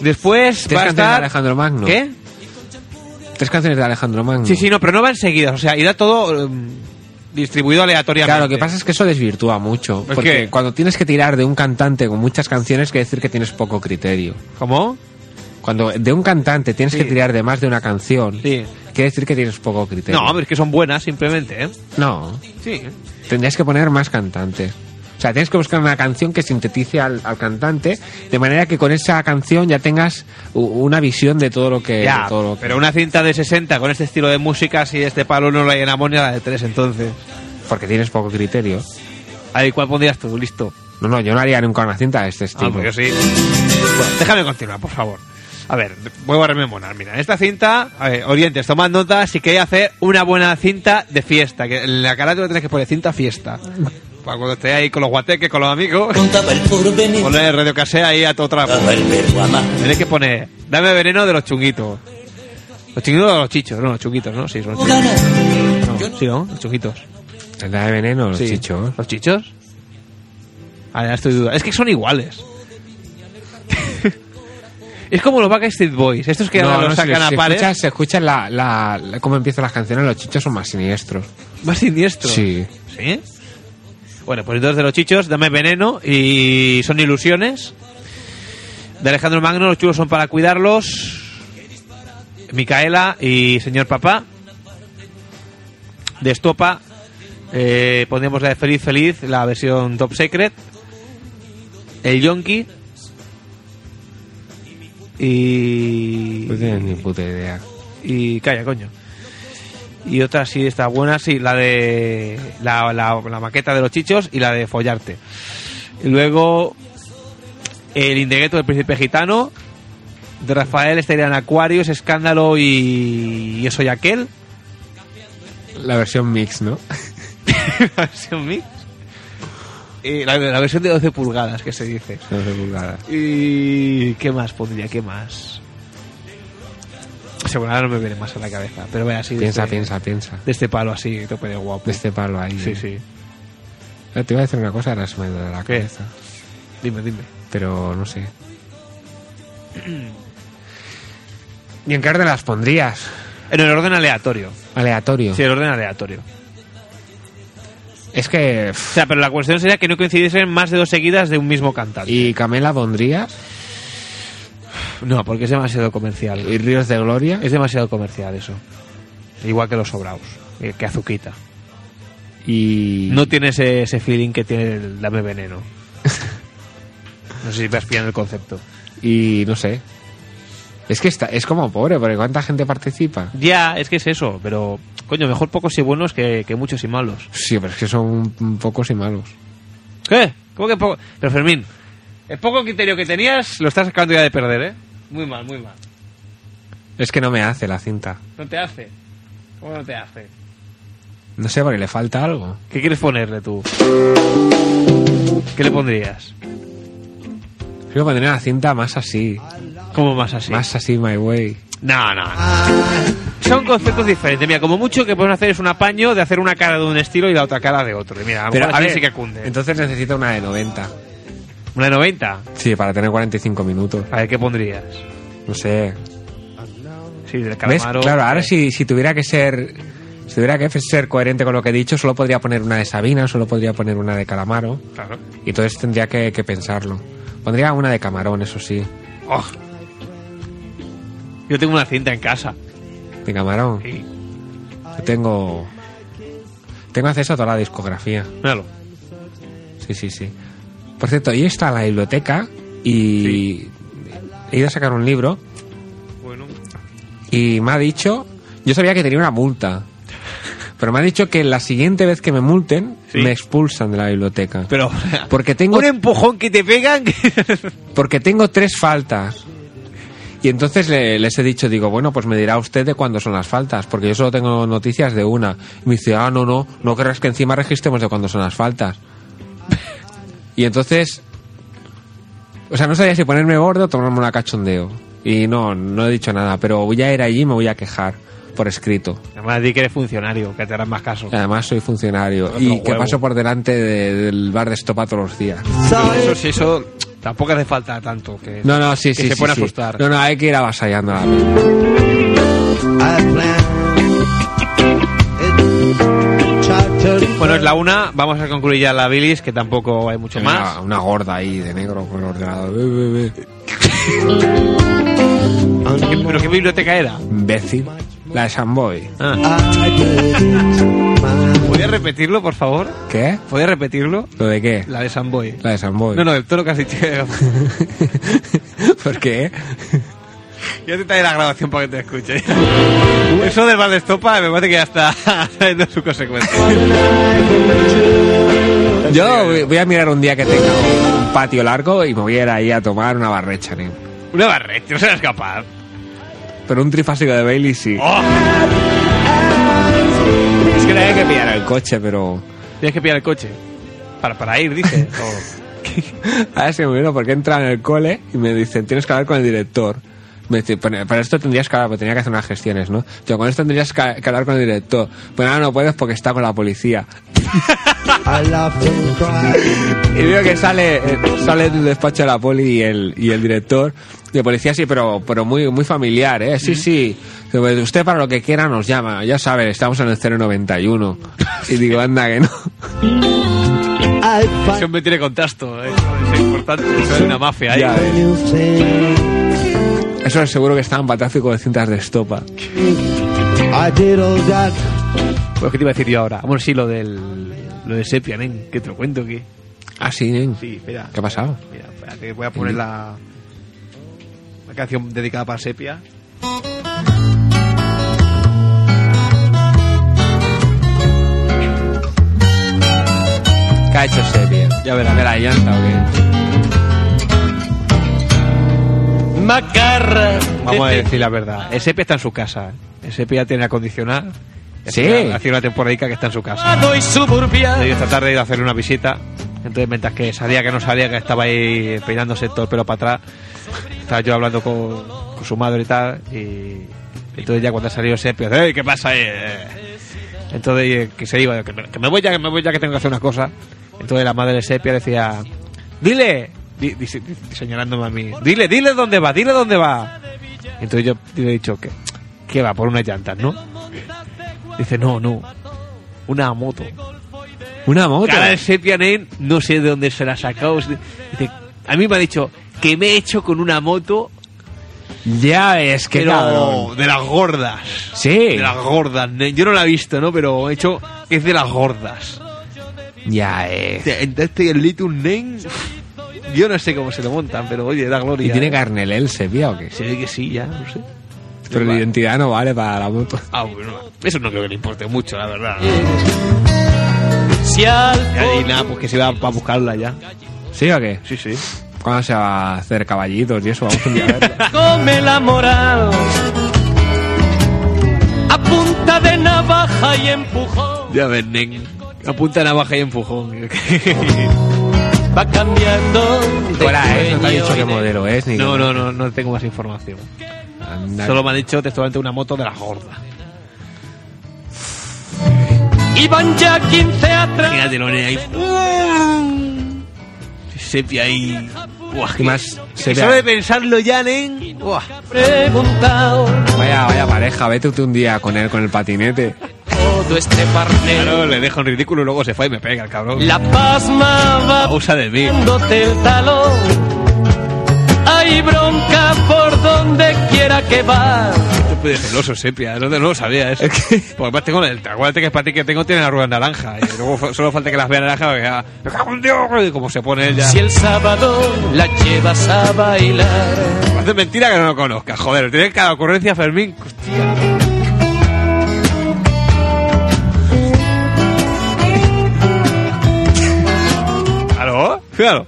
Speaker 1: Después
Speaker 2: Tres
Speaker 1: va a
Speaker 2: canciones de
Speaker 1: estar.
Speaker 2: Alejandro Magno.
Speaker 1: ¿Qué?
Speaker 2: Tres canciones de Alejandro Magno.
Speaker 1: Sí, sí, no, pero no va enseguida. O sea, irá todo em, distribuido aleatoriamente.
Speaker 2: Claro, lo que pasa es que eso desvirtúa mucho.
Speaker 1: ¿Por
Speaker 2: Porque
Speaker 1: qué?
Speaker 2: cuando tienes que tirar de un cantante con muchas canciones, quiere decir que tienes poco criterio.
Speaker 1: ¿Cómo?
Speaker 2: Cuando de un cantante tienes que tirar de más de una canción,
Speaker 1: Sí.
Speaker 2: quiere decir que tienes poco criterio.
Speaker 1: No, hombre, es que son buenas simplemente, ¿eh?
Speaker 2: No,
Speaker 1: Sí.
Speaker 2: tendrías que poner más cantantes. O sea, tienes que buscar una canción que sintetice al, al cantante, de manera que con esa canción ya tengas u- una visión de todo lo que...
Speaker 1: ya,
Speaker 2: de todo lo que-
Speaker 1: pero una cinta de 60 con este estilo de música, si este palo no la llenamos ni a la de tres, entonces.
Speaker 2: Porque tienes poco criterio.
Speaker 1: Ahí, ¿cuál pondrías tú? Listo.
Speaker 2: No, no, yo no haría nunca una cinta de este
Speaker 1: Ah,
Speaker 2: estilo.
Speaker 1: pues yo sí. Bueno, déjame continuar, por favor. A ver, vuelvo a rememorar. Mira, en esta cinta, a ver, oyentes, tomad nota si queréis hacer una buena cinta de fiesta. Que en la carátula tenéis que poner cinta fiesta. Para cuando estéis ahí con los guateques, con los amigos, [laughs]
Speaker 10: Contaba el porvenir,
Speaker 1: poner radio casera ahí a todo trapo.
Speaker 10: daba el verbo amar.
Speaker 1: Tenéis que poner, dame veneno de los chunguitos. Los chunguitos o los chichos, no, los chunguitos, ¿no? Sí, son los chunguitos. No, sí, ¿no? Los chunguitos.
Speaker 2: Tendrá de veneno los
Speaker 1: Sí.
Speaker 2: chichos.
Speaker 1: ¿Los chichos? Ah, ya estoy duda. Es que son iguales. [laughs] es como los Backstreet Boys. Estos que ahora los
Speaker 2: si
Speaker 1: sacan
Speaker 2: los-
Speaker 1: a
Speaker 2: si
Speaker 1: pares.
Speaker 2: escuchas, se escuchan la, la, la- cómo empiezan las canciones, los chichos son más siniestros.
Speaker 1: Más siniestros.
Speaker 2: Sí.
Speaker 1: ¿Sí? Bueno, pues entonces de los chichos, dame veneno y son ilusiones. De Alejandro Magno, los chulos son para cuidarlos. Micaela y señor papá. De Estopa, eh, pondríamos la de Feliz Feliz, la versión Top Secret. El Yonki. Y.
Speaker 2: No tienes ni puta idea.
Speaker 1: Y calla, coño. Y otra sí está buena, sí, la de la, la- la maqueta de los chichos y la de follarte. Y luego el indegreto del príncipe gitano, de Rafael estarían Acuarios, Escándalo y, y eso y aquel. [laughs]
Speaker 2: La versión mix, ¿no? [laughs]
Speaker 1: la versión mix. Y la, la versión de 12 pulgadas que se dice.
Speaker 2: No sé, vulgar.
Speaker 1: ¿Y qué más pondría? ¿Qué más? Seguro ahora no me viene más a la cabeza, pero vea así. de
Speaker 2: Piensa,
Speaker 1: este-
Speaker 2: piensa, piensa.
Speaker 1: De este palo así, tope de guapo.
Speaker 2: De este palo ahí.
Speaker 1: Sí, sí.
Speaker 2: Eh, Te iba a decir una cosa, ahora se me ha ido de la
Speaker 1: ¿Qué?
Speaker 2: cabeza.
Speaker 1: Dime, dime.
Speaker 2: Pero no
Speaker 1: [clears throat]
Speaker 2: sé. ¿Y en qué orden las pondrías?
Speaker 1: En el orden aleatorio.
Speaker 2: Aleatorio.
Speaker 1: Sí, el orden aleatorio.
Speaker 2: Es que. pff,
Speaker 1: O sea, pero la cuestión sería que no coincidiesen más de dos seguidas de un mismo cantante.
Speaker 2: ¿Y Camela pondrías?
Speaker 1: No, porque es demasiado comercial.
Speaker 2: ¿Y Ríos de Gloria?
Speaker 1: Es demasiado comercial eso. Igual que los sobraos. eh, Que Azuquita.
Speaker 2: Y.
Speaker 1: No tiene ese, ese feeling que tiene el Dame Veneno. [laughs] No sé si vas pillando el concepto.
Speaker 2: Y no sé. Es que está, es como pobre, porque ¿cuánta gente participa?
Speaker 1: Ya, es que es eso, pero coño, mejor pocos y buenos que, que muchos y malos.
Speaker 2: Sí, pero es que son pocos y malos.
Speaker 1: ¿Qué? ¿Cómo que poco? Pero Fermín, el poco criterio que tenías lo estás acabando ya de perder, ¿eh? Muy mal, muy mal.
Speaker 2: Es que no me hace la cinta.
Speaker 1: No te hace. ¿Cómo no te hace?
Speaker 2: No sé, porque le falta algo.
Speaker 1: ¿Qué quieres ponerle tú? ¿Qué le pondrías?
Speaker 2: Yo pondría una cinta más así.
Speaker 1: ¿Cómo más así?
Speaker 2: Más así, my way.
Speaker 1: No, no, no. Son conceptos diferentes. Mira, como mucho que pueden hacer es un apaño de hacer una cara de un estilo y la otra cara de otro. Y mira, a lo mejor así sí que cunde.
Speaker 2: entonces necesito una de 90.
Speaker 1: Una de 90.
Speaker 2: Sí, para tener 45 minutos.
Speaker 1: A ver, ¿qué pondrías?
Speaker 2: No sé.
Speaker 1: Sí, del
Speaker 2: ¿Ves?
Speaker 1: calamaro.
Speaker 2: Claro, ahora
Speaker 1: eh,
Speaker 2: si, si tuviera que ser... Si tuviera que ser coherente con lo que he dicho, solo podría poner una de Sabina, solo podría poner una de Calamaro.
Speaker 1: Claro.
Speaker 2: Y entonces tendría que, que pensarlo. Pondría una de Camarón, eso sí.
Speaker 1: Oh. Yo tengo una cinta en casa.
Speaker 2: De Camarón.
Speaker 1: Sí,
Speaker 2: Yo tengo... Tengo acceso a toda la discografía.
Speaker 1: míralo.
Speaker 2: Sí, sí, sí. Por cierto, yo estaba en la biblioteca y he ido a sacar un libro
Speaker 1: Bueno,
Speaker 2: y me ha dicho, yo sabía que tenía una multa, pero me ha dicho que la siguiente vez que me multen me expulsan de la biblioteca.
Speaker 1: Pero
Speaker 2: porque tengo
Speaker 1: un empujón que te pegan.
Speaker 2: porque tengo tres faltas. Y entonces le- les he dicho, digo, bueno, pues me dirá usted de cuándo son las faltas, porque yo solo tengo noticias de una. Y me dice, ah, no, no, no querrás que encima registremos de cuándo son las faltas. [laughs] y entonces, o sea, no sabía si ponerme gordo o tomarme una cachondeo. Y no, no he dicho nada, pero voy a ir allí y me voy a quejar por escrito.
Speaker 1: Además, di que eres funcionario, que te harán más caso.
Speaker 2: Además, soy funcionario
Speaker 1: Otro
Speaker 2: y que
Speaker 1: huevo.
Speaker 2: paso por delante de- del bar de estopa todos los días.
Speaker 1: Eso sí, eso tampoco hace falta tanto. Que,
Speaker 2: No, no, sí,
Speaker 1: que
Speaker 2: sí.
Speaker 1: se
Speaker 2: sí,
Speaker 1: puede
Speaker 2: sí.
Speaker 1: asustar.
Speaker 2: No, no, hay que ir avasallando a la
Speaker 1: Bueno, es la una, vamos a concluir ya la bilis, que tampoco hay mucho
Speaker 2: Una-
Speaker 1: más.
Speaker 2: Una, gorda ahí de negro con el ordenador. Ve, ve, ve.
Speaker 1: ¿Qué- ¿Pero qué biblioteca era?
Speaker 2: Imbécil. La de Samboy.
Speaker 1: ¿Podías repetirlo, por favor?
Speaker 2: ¿Qué?
Speaker 1: ¿Podías repetirlo?
Speaker 2: ¿Lo de qué?
Speaker 1: La de Samboy.
Speaker 2: La de Samboy.
Speaker 1: No, no, todo lo que has dicho.
Speaker 2: [laughs] ¿Por qué?
Speaker 1: Yo te traeré la grabación para que te escuche. Eso del mal de estopa me parece que ya está [laughs] trayendo su consecuencia.
Speaker 2: Yo voy- voy a mirar un día que tenga un- un patio largo y me voy a ir ahí a tomar una barrecha, nen.
Speaker 1: Una barrete, no serás capaz.
Speaker 2: Pero un trifásico de Bailey sí. Es que tenía que pillar el coche, pero.
Speaker 1: Tienes que pillar el coche. Para, para ir,
Speaker 2: [laughs]
Speaker 1: dice.
Speaker 2: A ver si me vino porque entra en el cole y me dicen, tienes que hablar con el director. Me dice, "Pero- pero esto tendrías que hablar, porque tenía que hacer unas gestiones, ¿no? Yo, con esto tendrías que que hablar con el director. Pero ahora no puedes porque está con la policía. Y veo que sale, eh, sale del despacho de la poli y el, y el director. De policía sí, pero, pero muy, muy familiar, ¿eh? Sí, sí. Dice, "Pues Usted para lo que quiera nos llama. Ya sabe, estamos en el 091. Y digo,
Speaker 1: [laughs]
Speaker 2: anda que no.
Speaker 1: Oh, ese hombre tiene contacto. ¿eh? Eso Es importante. Eso es una mafia.
Speaker 2: Ya
Speaker 1: ¿eh?
Speaker 2: Eso seguro que estaban para tráfico de cintas de estopa.
Speaker 1: Pues, ¿qué te iba a decir yo ahora? Vamos, sí, lo del. Lo de Sepia, nen. Que te lo cuento, que.
Speaker 2: Ah, sí, nen.
Speaker 1: Sí, espera.
Speaker 2: ¿Qué ha pasado?
Speaker 1: Mira, espérate, voy a poner la. La canción dedicada para Sepia.
Speaker 2: ¿Qué ha hecho Sepia? Ya verás. ¿De la llanta o qué?
Speaker 1: Macarra. Vamos a decir la verdad. El Sepia está en su casa. El Sepia tiene acondicionado.
Speaker 2: Sí.
Speaker 1: Hace una temporadica que está en su casa.
Speaker 12: y suburbia.
Speaker 1: Le dio esta tarde ir a hacer una visita. Entonces, mientras que salía, que no salía, que estaba ahí peinándose todo el pelo para atrás, estaba yo hablando con, con su madre y tal. Y entonces, ya cuando ha salido Sepia, ¡Ey, qué pasa! eh?". Entonces, eh, que se iba, que me, que me voy ya, que me voy ya, que tengo que hacer unas cosas. Entonces, la madre de Sepia decía, ¡Dile! Di- di- di- señalándome a mí, ¡Dile, dile dónde va, dile dónde va! Entonces, yo le he dicho que, que va por unas llantas, ¿no? Dice, no, no, una moto.
Speaker 2: Una moto.
Speaker 1: Cara de sepia, nen, no sé de dónde se la ha sacado. Dice, A mí me ha dicho que me he hecho con una moto,
Speaker 2: Ya ves, qué
Speaker 1: pero
Speaker 2: cabrón.
Speaker 1: de las gordas. De
Speaker 2: Sí.
Speaker 1: las gordas, nen. Yo no la he visto, ¿no? Pero he hecho que es de las gordas.
Speaker 2: Ya eh. es.
Speaker 1: Entraste el Little Nen. Yo no sé cómo se lo montan, pero oye, da gloria.
Speaker 2: ¿Y tiene
Speaker 1: ¿eh?
Speaker 2: carnel el Sepia o qué?
Speaker 1: Se ve que sí, ya, no sé.
Speaker 2: Pero la identidad no vale para la moto.
Speaker 1: Ah, bueno, eso no creo que le importe mucho, la verdad.
Speaker 12: Si
Speaker 1: [laughs]
Speaker 12: al
Speaker 1: Y nada, pues que se va a buscarla ya.
Speaker 2: ¿Sí o qué?
Speaker 1: Sí, sí.
Speaker 2: ¿Cuándo se va a hacer caballitos y eso? Vamos un día a
Speaker 1: [laughs]
Speaker 2: verlo.
Speaker 12: come la moral a punta de navaja y empujón
Speaker 1: Ya ves, nen. Apunta navaja y empujón. [laughs]
Speaker 12: va cambiando de
Speaker 2: Fuera, ¿eh? No te ha
Speaker 12: dueño
Speaker 2: dicho
Speaker 12: y
Speaker 2: qué
Speaker 12: de-
Speaker 2: modelo es ni
Speaker 1: No,
Speaker 2: qué-
Speaker 1: no, no, no tengo más información.
Speaker 2: Anda.
Speaker 1: Solo me han dicho textualmente una moto de la gorda.
Speaker 12: y van ya 15 atrás
Speaker 1: Imagínatelo, nene, ahí. Sepia ahí. Buah,
Speaker 2: Y más,
Speaker 1: que
Speaker 2: Sepia.
Speaker 1: solo de pensarlo ya, nen. Buah.
Speaker 12: preguntado
Speaker 2: Vaya, vaya pareja, vete tú un día con él, con el patinete.
Speaker 12: todo este parnero
Speaker 1: Claro, le dejo en ridículo y luego se fue y me pega el cabrón.
Speaker 12: la pasma va
Speaker 1: Usa de mí.
Speaker 12: poniéndote el talón ay
Speaker 3: hay bronca por donde quiera que vas.
Speaker 1: Yo pude decir, el oso sepia, no, no lo sabía eso. Porque además tengo el, acuérdate que el patín que tengo tiene la rueda naranja. Y luego fa- solo falta que las vea naranja para que haga, "Me cago en Dios", y como se pone él ya.
Speaker 3: Si el sábado la llevas a bailar.
Speaker 1: Hace mentira que no lo conozca, joder, tiene cada ocurrencia Fermín. Claro, claro.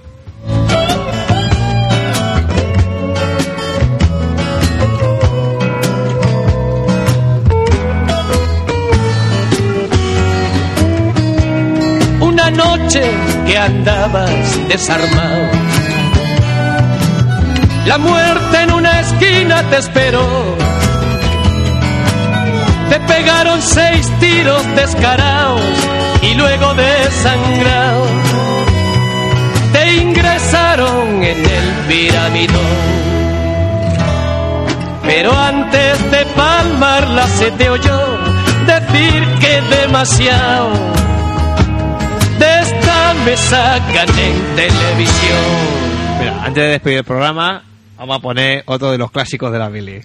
Speaker 3: Una noche que andabas desarmado. La muerte en una esquina te esperó. Te pegaron seis tiros descarados y luego desangrado. Te ingresaron en el piramidón. Pero antes de palmarla se te oyó decir que demasiado de esta me sacan en televisión.
Speaker 1: Mira, antes de despedir el programa, vamos a poner otro de los clásicos de la Billy.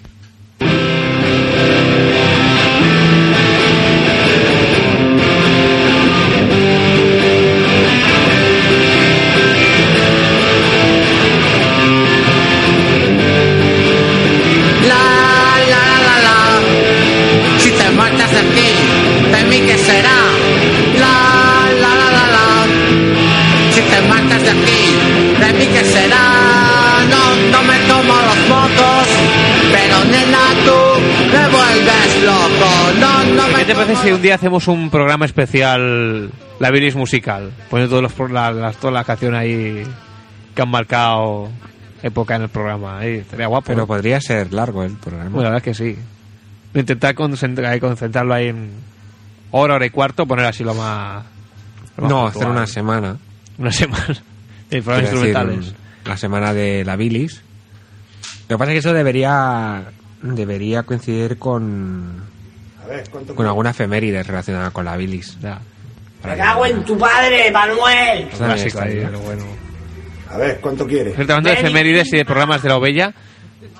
Speaker 10: La, la, la, la. Si te marchas de aquí, de mí qué será. La, la, la, la, la. Si te marchas de aquí, de mí qué será. No, no me tomo los mocos, pero nena tú me vuelves loco. No, no me
Speaker 1: ¿Qué te parece si un día hacemos un programa especial La Bilis Musical? Poniendo todos los, pro- la- las- todas las canciones ahí que han marcado época en el programa. Ahí, estaría guapo.
Speaker 2: Pero
Speaker 1: ¿eh?
Speaker 2: podría ser largo el programa.
Speaker 1: Bueno, la verdad es que sí. Intentar concentra- concentrarlo ahí en hora, hora y cuarto, poner así lo más. lo más
Speaker 2: no,
Speaker 1: puntual.
Speaker 2: hacer una semana.
Speaker 1: Una semana. [laughs] De
Speaker 2: Quiero
Speaker 1: programas
Speaker 2: decir,
Speaker 1: instrumentales.
Speaker 2: la semana de la bilis. Lo que pasa es que eso debería debería coincidir con,
Speaker 13: A ver, ¿cuánto
Speaker 2: con alguna efeméride relacionada con la bilis.
Speaker 13: ¡Me cago en tu padre, Manuel!
Speaker 2: Está bien, está bien.
Speaker 13: A ver, ¿cuánto quieres?
Speaker 1: Ciertamente de efemérides y de programas de la Ovella.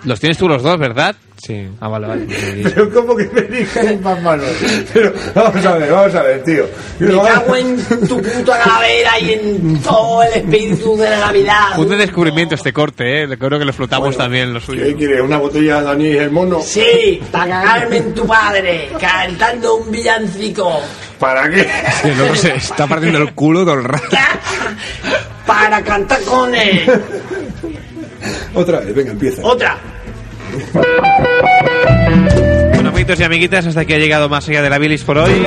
Speaker 1: Los tienes tú los dos, ¿verdad? Sí. Ah, vale, vale.
Speaker 13: Pero ¿cómo que me dices más Manuel? Pero vamos a ver, vamos a ver, tío.
Speaker 1: Me cago
Speaker 13: en
Speaker 10: tu puta
Speaker 13: calavera
Speaker 10: y en todo el espíritu de la Navidad.
Speaker 1: Un descubrimiento este corte, ¿eh? Creo que lo flotamos también, lo suyo.
Speaker 13: ¿Qué
Speaker 1: [laughs]
Speaker 13: quieres? ¿Una botella de anís el mono?
Speaker 10: Sí, para cagarme en tu padre, cantando un villancico.
Speaker 13: ¿Para qué?
Speaker 2: el otro se está partiendo el culo todo el rato.
Speaker 10: Para cantar con él.
Speaker 13: Otra vez, venga, empieza.
Speaker 10: Otra.
Speaker 1: Bueno, amiguitos y amiguitas, hasta aquí ha llegado más allá de la bilis por hoy.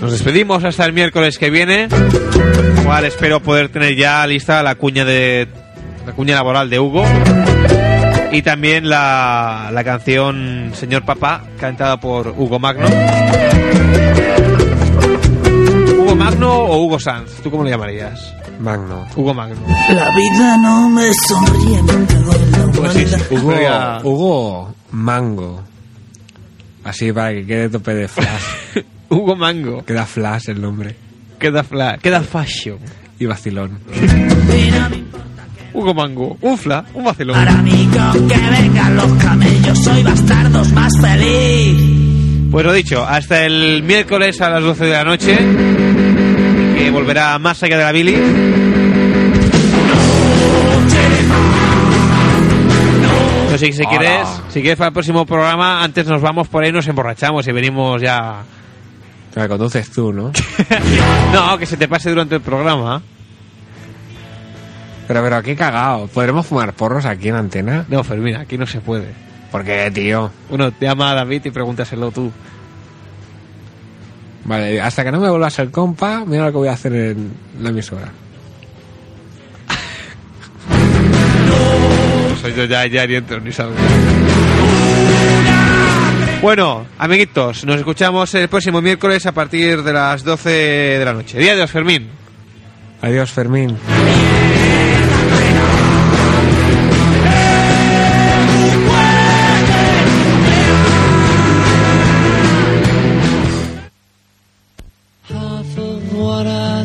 Speaker 1: Nos despedimos hasta el miércoles que viene, cual espero poder tener ya lista la cuña de la cuña laboral de Hugo y también la, la canción Señor Papá cantada por Hugo Magno. Hugo Magno o Hugo Sanz, ¿tú cómo le llamarías?
Speaker 2: Magno.
Speaker 1: Hugo Magno.
Speaker 10: La vida no me sonríe, no me duele la
Speaker 1: Pues sí, sí.
Speaker 10: humanidad.
Speaker 2: Hugo,
Speaker 1: Podría-
Speaker 2: Hugo Mango. Así para que quede tope
Speaker 1: [laughs]
Speaker 2: de flash.
Speaker 1: Hugo Mango.
Speaker 2: Queda flash el nombre.
Speaker 1: Queda fla, queda fashion.
Speaker 2: Y vacilón.
Speaker 1: Hugo Mango, un fla, un vacilón.
Speaker 10: Con que vengan los camellos, soy bastardos más feliz.
Speaker 1: Pues lo dicho, hasta el miércoles a las 12 de la noche, que volverá más allá de la Billy. No sé si quieres, si quieres para el próximo programa, antes nos vamos por ahí, nos emborrachamos y venimos ya.
Speaker 2: La conduces tú, ¿no?
Speaker 1: No, que se te pase durante el programa.
Speaker 2: Pero, pero, qué cagao. ¿Podremos fumar porros aquí en antena?
Speaker 1: No, Fermín, aquí no se puede.
Speaker 2: ¿Por qué, tío?
Speaker 1: Uno te llama a David y pregúntaselo tú.
Speaker 2: Vale, hasta que no me vuelvas el compa, mira lo que voy a hacer en la emisora.
Speaker 1: [laughs] Soy yo ya, ya ni entro ni salgo. Bueno, amiguitos, nos escuchamos el próximo miércoles a partir de las 12 de la noche. Día de los Fermín.
Speaker 2: Adiós, Fermín.
Speaker 14: What I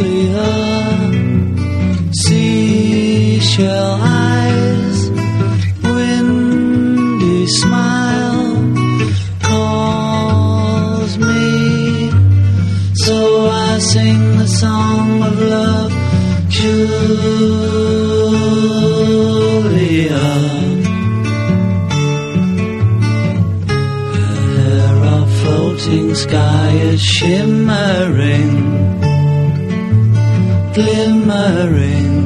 Speaker 10: Julia, seashell eyes, windy smile calls me. So I sing the song of love, Julia. There are floating sky is shimmering, glimmering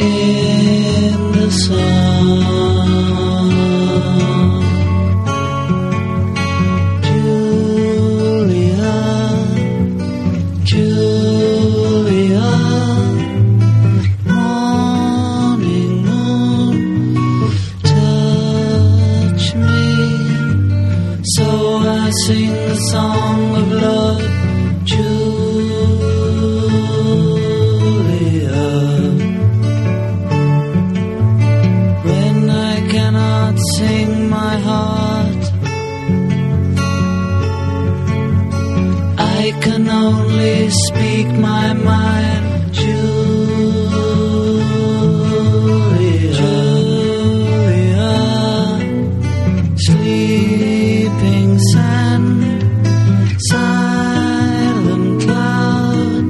Speaker 10: in the sun. Julia, Julia, morning moon, touch me. So I sing the song of love, Julia. When I cannot sing my heart, I can only speak my mind, Julia. Julia sleeping sand, silent cloud,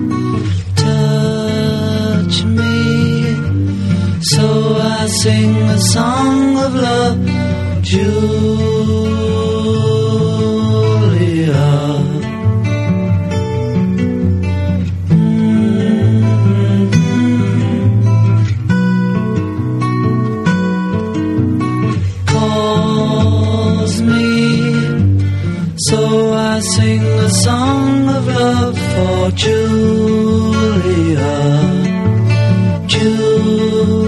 Speaker 10: touch me, so I sing the song of love, Julia. calls me. So I sing the song of love for Julia. Julia.